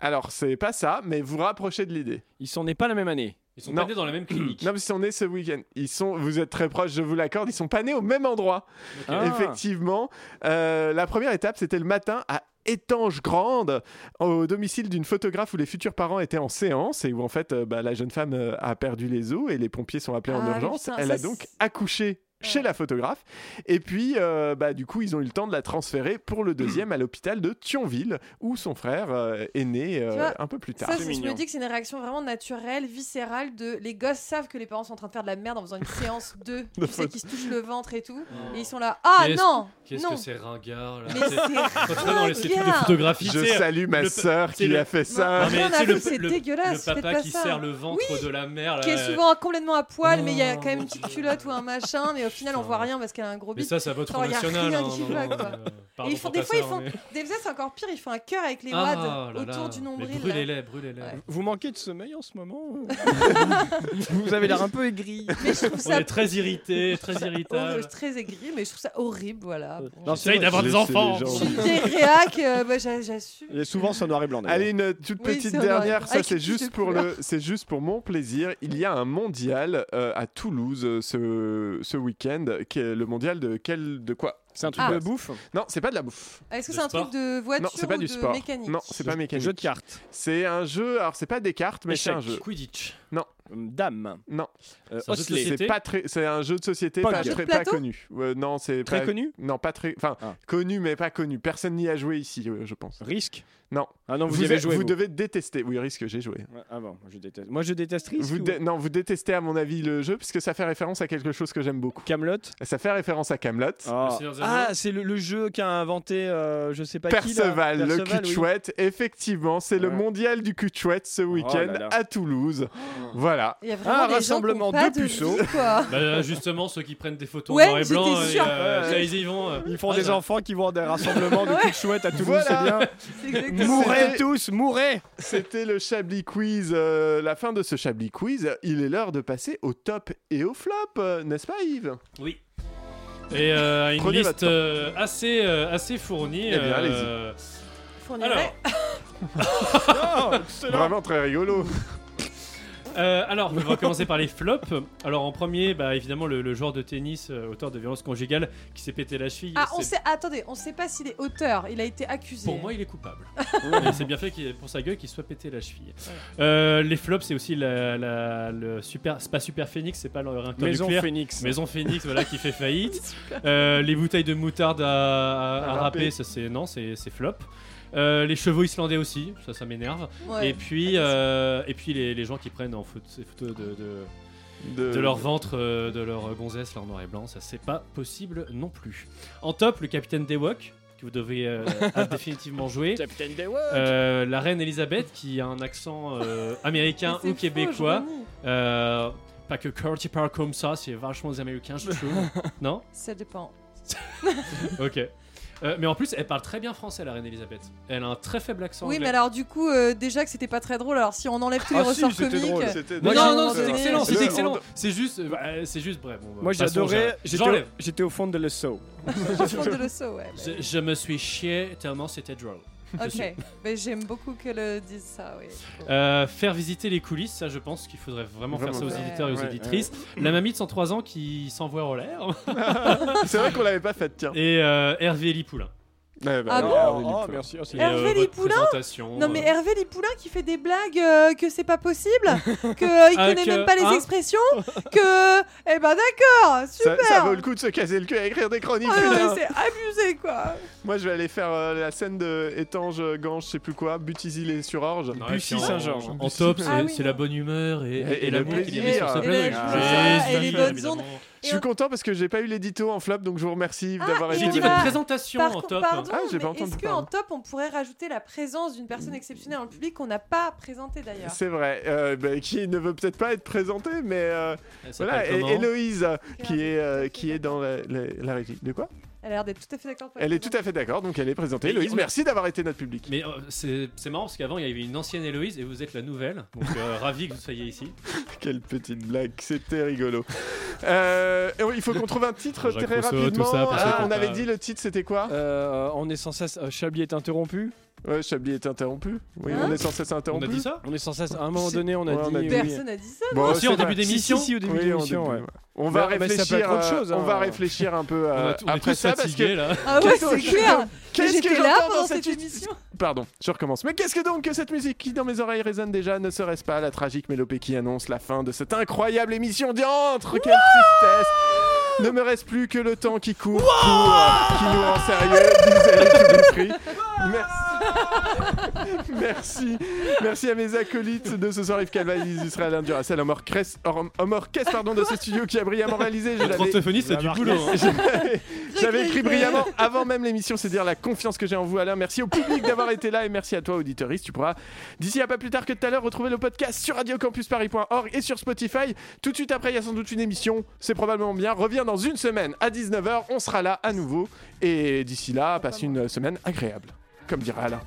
A: Alors, c'est pas ça, mais vous rapprochez de l'idée.
J: Ils sont nés pas la même année.
B: Ils sont
A: Non.
B: pas nés dans la même clinique.
A: Non, mais ils sont nés ce week-end. Ils sont, vous êtes très proches, je vous l'accorde, ils sont pas nés au même endroit.
J: Ah.
A: Effectivement, Euh, la première étape, c'était le matin à Étange Grande, au domicile d'une photographe où les futurs parents étaient en séance et où en fait euh, bah, la jeune femme euh, a perdu les os et les pompiers sont appelés en
C: Ah oui,
A: urgence.
C: putain,
A: Elle
C: ça,
A: a donc
C: c'est-
A: accouché chez
C: Ouais.
A: la photographe et puis euh, bah, du coup ils ont eu le temps de la transférer pour le deuxième à l'hôpital de Thionville où son frère euh, est né euh,
C: vois,
A: un peu plus tard.
C: Ça,
J: C'est
C: c'est- je me
J: mignon.
C: dis que c'est une réaction vraiment naturelle, viscérale de les gosses savent que les parents sont en train de faire de la merde en faisant une séance
A: *laughs*
C: de, tu sais,
A: faute.
C: qui se touchent le ventre et tout.
B: Oh.
C: Et ils sont là, ah
B: Qu'est-ce-
C: non,
B: Qu'est-ce
C: non.
B: que c'est ringard là
C: Mais
B: C'est-
C: c'est
B: Quand tu vas dans les ces trucs de
C: ringard.
B: photographie,
A: Je
B: tu sais,
A: salue ma
B: le-
A: sœur
B: c'est
A: qui
B: le-
A: a fait *laughs* ça.
B: Ah,
C: Non,
B: mais
C: rien
B: tu
C: à
B: sais,
C: foutre,
B: le-
C: c'est
B: le-
C: dégueulasse,
B: Le
C: faites
B: papa
C: pas
B: qui
C: ça.
B: serre le ventre de la mère. là,
C: qui est
B: euh,
C: souvent complètement à poil, mais il y a quand même une
B: Oh.
C: petite culotte ou un machin, mais au final on voit rien parce qu'elle a un gros
B: euh, Mais
C: bide.
B: ça, c'est à votre
C: Genre, y a
B: national.
C: rien
B: hein,
C: qui
B: non,
C: va,
B: non,
C: quoi.
B: non, non. Pardon
C: Et ils font,
B: pour
C: des
B: ta
C: fois, ils
B: sœur,
C: font.
B: mais-
C: *laughs* Des fois, c'est encore pire, ils font un cœur avec les
B: Ah
C: wads
B: là là,
C: autour du
B: mais
C: nombril.
B: Brûlez-les, brûlez-les.
J: Vous manquez de sommeil en ce moment
A: *laughs*
J: Vous avez l'air un peu aigri.
C: *laughs* Mais je trouve ça-
B: On est très irrité, très
C: Horrible,
B: irritable.
C: très aigri, mais je trouve ça horrible, voilà.
B: Euh,
C: Bon.
J: *laughs* Non, c'est
B: J'essaye
J: vrai,
B: d'avoir
J: c'est-
B: des
J: c'est
B: enfants.
J: les gens.
C: Je suis Des réacs, euh, bah, j'a- j'assume.
J: Il est souvent sur noir et blanc.
A: Allez, une toute
C: Oui,
A: petite
C: c'est honorable.
A: dernière. Ça,
J: Ah,
C: Avec
A: c'est
C: une
A: juste
C: petite
A: pour
C: couleur.
A: le, c'est juste pour mon plaisir. Il y a un mondial euh, à Toulouse euh, ce, ce week-end. Qui est le mondial de quel, de quoi
J: C'est un
C: truc Ah. de
J: bouffe
A: Non, c'est pas de la bouffe.
C: Ah, Est-ce que c'est un truc de voiture
A: Non, c'est pas
C: ou
A: du
C: de
A: sport.
C: mécanique
A: Non, c'est pas mécanique.
J: Jeu de cartes.
A: C'est un jeu. Alors, c'est pas des cartes, mais c'est un jeu.
J: Échec. Hum,
B: Quidditch.
A: Non,
J: Dame.
A: non.
J: Euh,
B: C'est un jeu de
J: Osley.
B: société.
A: C'est pas très. C'est un jeu de société
J: Pog.
A: pas,
J: Un jeu de
A: très, pas
J: plateau
A: connu. Euh, non, c'est
J: Très
A: pas-
J: connu
A: Non, pas très. Enfin,
J: Ah.
A: connu mais pas connu. Personne n'y a joué ici, euh, je pense.
J: Risque
A: Non.
J: Ah non, vous, y avez
A: êtes-
J: joué.
A: Vous,
J: vous.
A: devez détester. Oui, risque, j'ai joué.
J: Ouais, Ah bon, moi, je déteste. Moi je déteste Risque.
A: Vous dé- Non, vous détestez à mon avis le jeu puisque ça fait référence à quelque chose que j'aime beaucoup.
J: Camelot.
A: Ça fait référence à Camelot.
J: Ah,
B: Seigneur des
J: Ah,
B: Anneaux.
J: c'est le, le jeu qu'a inventé euh, je sais pas
A: Perceval,
J: qui. là.
A: le
J: Perceval,
A: cul
J: oui.
A: de chouette, effectivement, c'est le
J: Ouais. Oh
A: mondial du cul de chouette ce week-end
J: là Oh. là.
A: à Toulouse. Voilà.
C: Il y a vraiment
J: Un
C: des
J: Ah, rassemblement
C: gens qui ont pas
J: de puceaux.
C: vie, quoi. *laughs*
B: Bah, justement, ceux qui prennent des photos
C: Ouais,
B: en noir et
C: j'étais
B: blanc, et,
C: sûre.
B: euh,
J: Ouais.
B: ils y vont. euh,
J: Ils font
B: ah,
J: des
B: ça-
J: enfants qui vont à des rassemblements de cul de chouette à Toulouse,
A: Voilà.
C: C'est exactement-
J: Mourrez
A: C'était-
J: tous, mourrez
A: C'était le Chablis Quiz. euh, la fin de ce Chablis Quiz, il est l'heure de passer au top et au flop, euh, n'est-ce pas Yves
B: Oui. Et euh, une
A: Prenez votre
B: liste
A: temps.
B: euh, assez, euh, assez fournie.
A: Eh bien,
B: euh,
C: Fournirait.
B: alors,
A: Vraiment très rigolo.
B: Euh, alors, on va commencer par les flops. Alors, en premier, bah, évidemment, le, le joueur de tennis, euh, auteur de violences conjugales, qui s'est pété la cheville.
C: Ah, on
B: c'est-
C: sait. Attendez, on sait pas s'il est auteur. Il a été accusé.
B: Pour moi, il est
C: *laughs*
B: coupable. Et c'est bien fait qu'il- pour sa gueule qu'il soit pété la cheville. Euh, les flops, c'est aussi la, la- le super. C'est pas Super Phoenix, c'est pas le réacteur
J: Maison
B: nucléaire.
J: Phoenix.
B: Maison Phoenix, voilà, qui fait
C: *laughs*
B: faillite. Euh, les bouteilles de moutarde à, à- à
A: À
B: râper,
A: râper.
B: ça c'est non, c'est c'est flop. Euh, les chevaux islandais aussi, ça ça m'énerve.
C: Ouais. Ah,
B: et puis, euh, et puis les, les gens qui prennent en photo, ces photos de, de, de leur ventre, euh, de leur gonzesse, leur noir et blanc, ça c'est pas possible non plus. En top, le capitaine Dewok, que vous devez
C: *laughs*
B: euh, définitivement jouer.
J: Capitaine
B: Euh, la reine Elisabeth qui a un accent euh, américain
C: *laughs* C'est
B: ou
C: faux,
B: québécois.
C: Johnny.
B: Euh, pas que Curly parle comme ça, c'est vachement des Américains, je
C: *laughs*
B: trouve. non
C: Ça dépend.
B: Ok. Euh, mais en plus, elle parle très bien français, la reine Elisabeth. Elle a un très faible accent.
C: Oui,
B: anglais.
C: mais alors du coup, euh, déjà que c'était pas très drôle. Alors si on enlève tous les
J: Ah si,
C: ressorts
J: c'était
C: comiques.
J: drôle.
A: C'était
J: Moi,
B: non,
J: j'ai-
B: non, c'est
J: euh,
B: excellent,
A: le-
B: c'est excellent.
A: on-
B: C'est juste, euh, euh, c'est juste, bref. Bon, bah,
J: Moi
B: passons,
J: j'adorais,
B: j'arrête.
J: j'étais
B: J'enlève.
J: au- j'étais au fond de le saut.
C: Chanson de l'osso, ouais.
B: Je, je me suis chié tellement c'était drôle.
C: bah, ok, mais j'aime beaucoup qu'elle euh, dise ça, oui.
B: Euh, faire visiter les coulisses, ça je pense qu'il faudrait vraiment, faire ça
A: Vraiment.
B: aux éditeurs et aux
J: Ouais, ouais.
B: éditrices. La mamie de 103 ans qui s'envoie en l'air.
A: C'est vrai qu'on l'avait pas fait,
J: Eh
A: tiens.
B: Et euh, Hervé Lipoulin.
A: Ouais, bah,
C: Ah
A: non,
C: bon
A: alors, il est
J: Oh,
A: plus-
J: merci. oh, c'est-
B: Et, euh,
C: Hervé
B: votre
C: Lipoulin
B: présentation,
C: Non mais
B: euh,
C: Hervé Lipoulin qui fait des blagues euh, que c'est pas
A: *laughs*
C: possible, que euh, il
B: Ah,
C: connaît
B: que-
C: même pas les
B: hein
C: expressions, que eh ben
A: Ça,
C: d'accord, super.
A: ça vaut le coup de se caser le cul à écrire des chroniques.
C: Ah non, mais
A: putain.
C: c'est abusé quoi.
A: Moi, je vais aller faire euh, la scène de Étange, euh, Gange, je sais plus quoi, Butisil et Surorge.
B: non,
J: Bussy
B: et puis en-
J: Saint-Georges.
B: En top, c'est
C: Ah oui.
B: c'est la bonne humeur et,
A: Et-
B: et,
A: et le
B: l'amour qu'il y avait
A: plaisir.
B: sur Ah, ce
A: Et
B: plateau.
C: la
A: joie
C: et les bonnes ondes.
A: Je suis content parce que j'ai pas eu l'édito en flop, donc je vous remercie d'avoir
C: et
A: été
B: J'ai dit
C: Bah,
B: votre
A: là.
B: présentation
C: Par
B: en
C: contre,
B: top.
C: pardon,
A: Ah, j'ai
C: mais
A: pas entendu,
C: est-ce qu'en
A: pardon.
C: top on pourrait rajouter la présence d'une personne exceptionnelle dans le public qu'on n'a pas présentée d'ailleurs
A: C'est vrai, euh, bah, qui ne veut peut-être pas être présenté, mais euh,
B: Elle s'appelle
A: voilà, et-
B: comment
A: Héloïse euh,
C: Regarde,
A: qui est, euh,
C: tout à
A: qui
C: fait
A: est dans la, la- la régie. De quoi
C: Elle a l'air d'être tout à fait d'accord. pour la
A: Elle est tout à
C: présenter.
A: fait d'accord, donc elle est présentée.
B: Mais
A: Héloïse,
B: on-
A: merci d'avoir été notre public.
B: Mais euh, c'est c'est marrant parce qu'avant il y avait une ancienne Héloïse et vous êtes la nouvelle. Donc euh, *laughs* ravi que vous soyez ici.
A: Quelle petite blague, c'était rigolo. Euh, et oui, il faut qu'on trouve un titre
B: Jacques
A: très
B: Rousseau,
A: rapidement.
B: tout ça, parce
A: Ah,
B: que
A: on
B: t'as-
A: avait dit le titre, c'était quoi
J: Euh, on est sans cesse. euh, Chablis est interrompu.
A: Ouais, Chablis est interrompu. Oui,
C: Hein
A: on est censé
B: On
A: s'interrompre.
B: a dit ça
J: On est sans cesse. À un moment
A: C'est-
J: donné, on a
A: Ouais, on
J: dit.
A: a dit-
J: oui.
C: Personne n'a dit ça.
A: Bon,
B: Ah, si, en
A: c'est
B: début
A: pas-
B: d'émission.
J: Si, si, au début
A: Oui,
J: de
A: on
J: l'émission.
A: début-
J: ouais.
A: On va
J: Mais- mais ça peut
A: réfléchir.
J: être autre
A: euh,
J: chose,
A: On
J: hein.
A: va réfléchir un peu
B: On
A: euh,
B: a tout- on est
A: après
B: tous
A: ça parce que
B: fatigués là.
C: Ah ouais,
A: Qu'est-ce
C: c'est
A: que-
C: clair. Mais
A: Qu'est-ce que
C: j'étais là
A: j'entends dans
C: pendant
A: cette
C: cette
A: musique
C: émission.
A: Pardon, je recommence. Mais qu'est-ce que donc que cette musique qui dans mes oreilles résonne déjà Ne serait-ce pas la tragique mélopée qui annonce la fin de cette incroyable émission diantre Quelle tristesse Ne me reste plus que le temps qui court, court, qui nous rend sérieux, disait Toulouse Free. Merci. Merci. Merci à mes acolytes de ce soir, Yves Calvalis, Israël Induracel, Homer Cress, Or- Homer Kess, pardon, de ce studio qui a brillamment réalisé.
B: Les orthophonistes, c'est du boulot, hein.
A: *laughs* J'avais- J'avais écrit
B: Récréation.
A: brillamment avant même l'émission, c'est dire la confiance que j'ai en vous, Alain. Merci au public d'avoir été là et merci à toi, auditoriste. Tu pourras, d'ici à pas plus tard que tout à l'heure, retrouver le podcast sur radiocampusparis.org et sur Spotify. Tout de suite après, il y a sans doute une émission. C'est probablement bien. Reviens dans une semaine à 19h. On sera là à nouveau. Et d'ici là, passe une semaine agréable, comme dira Alain.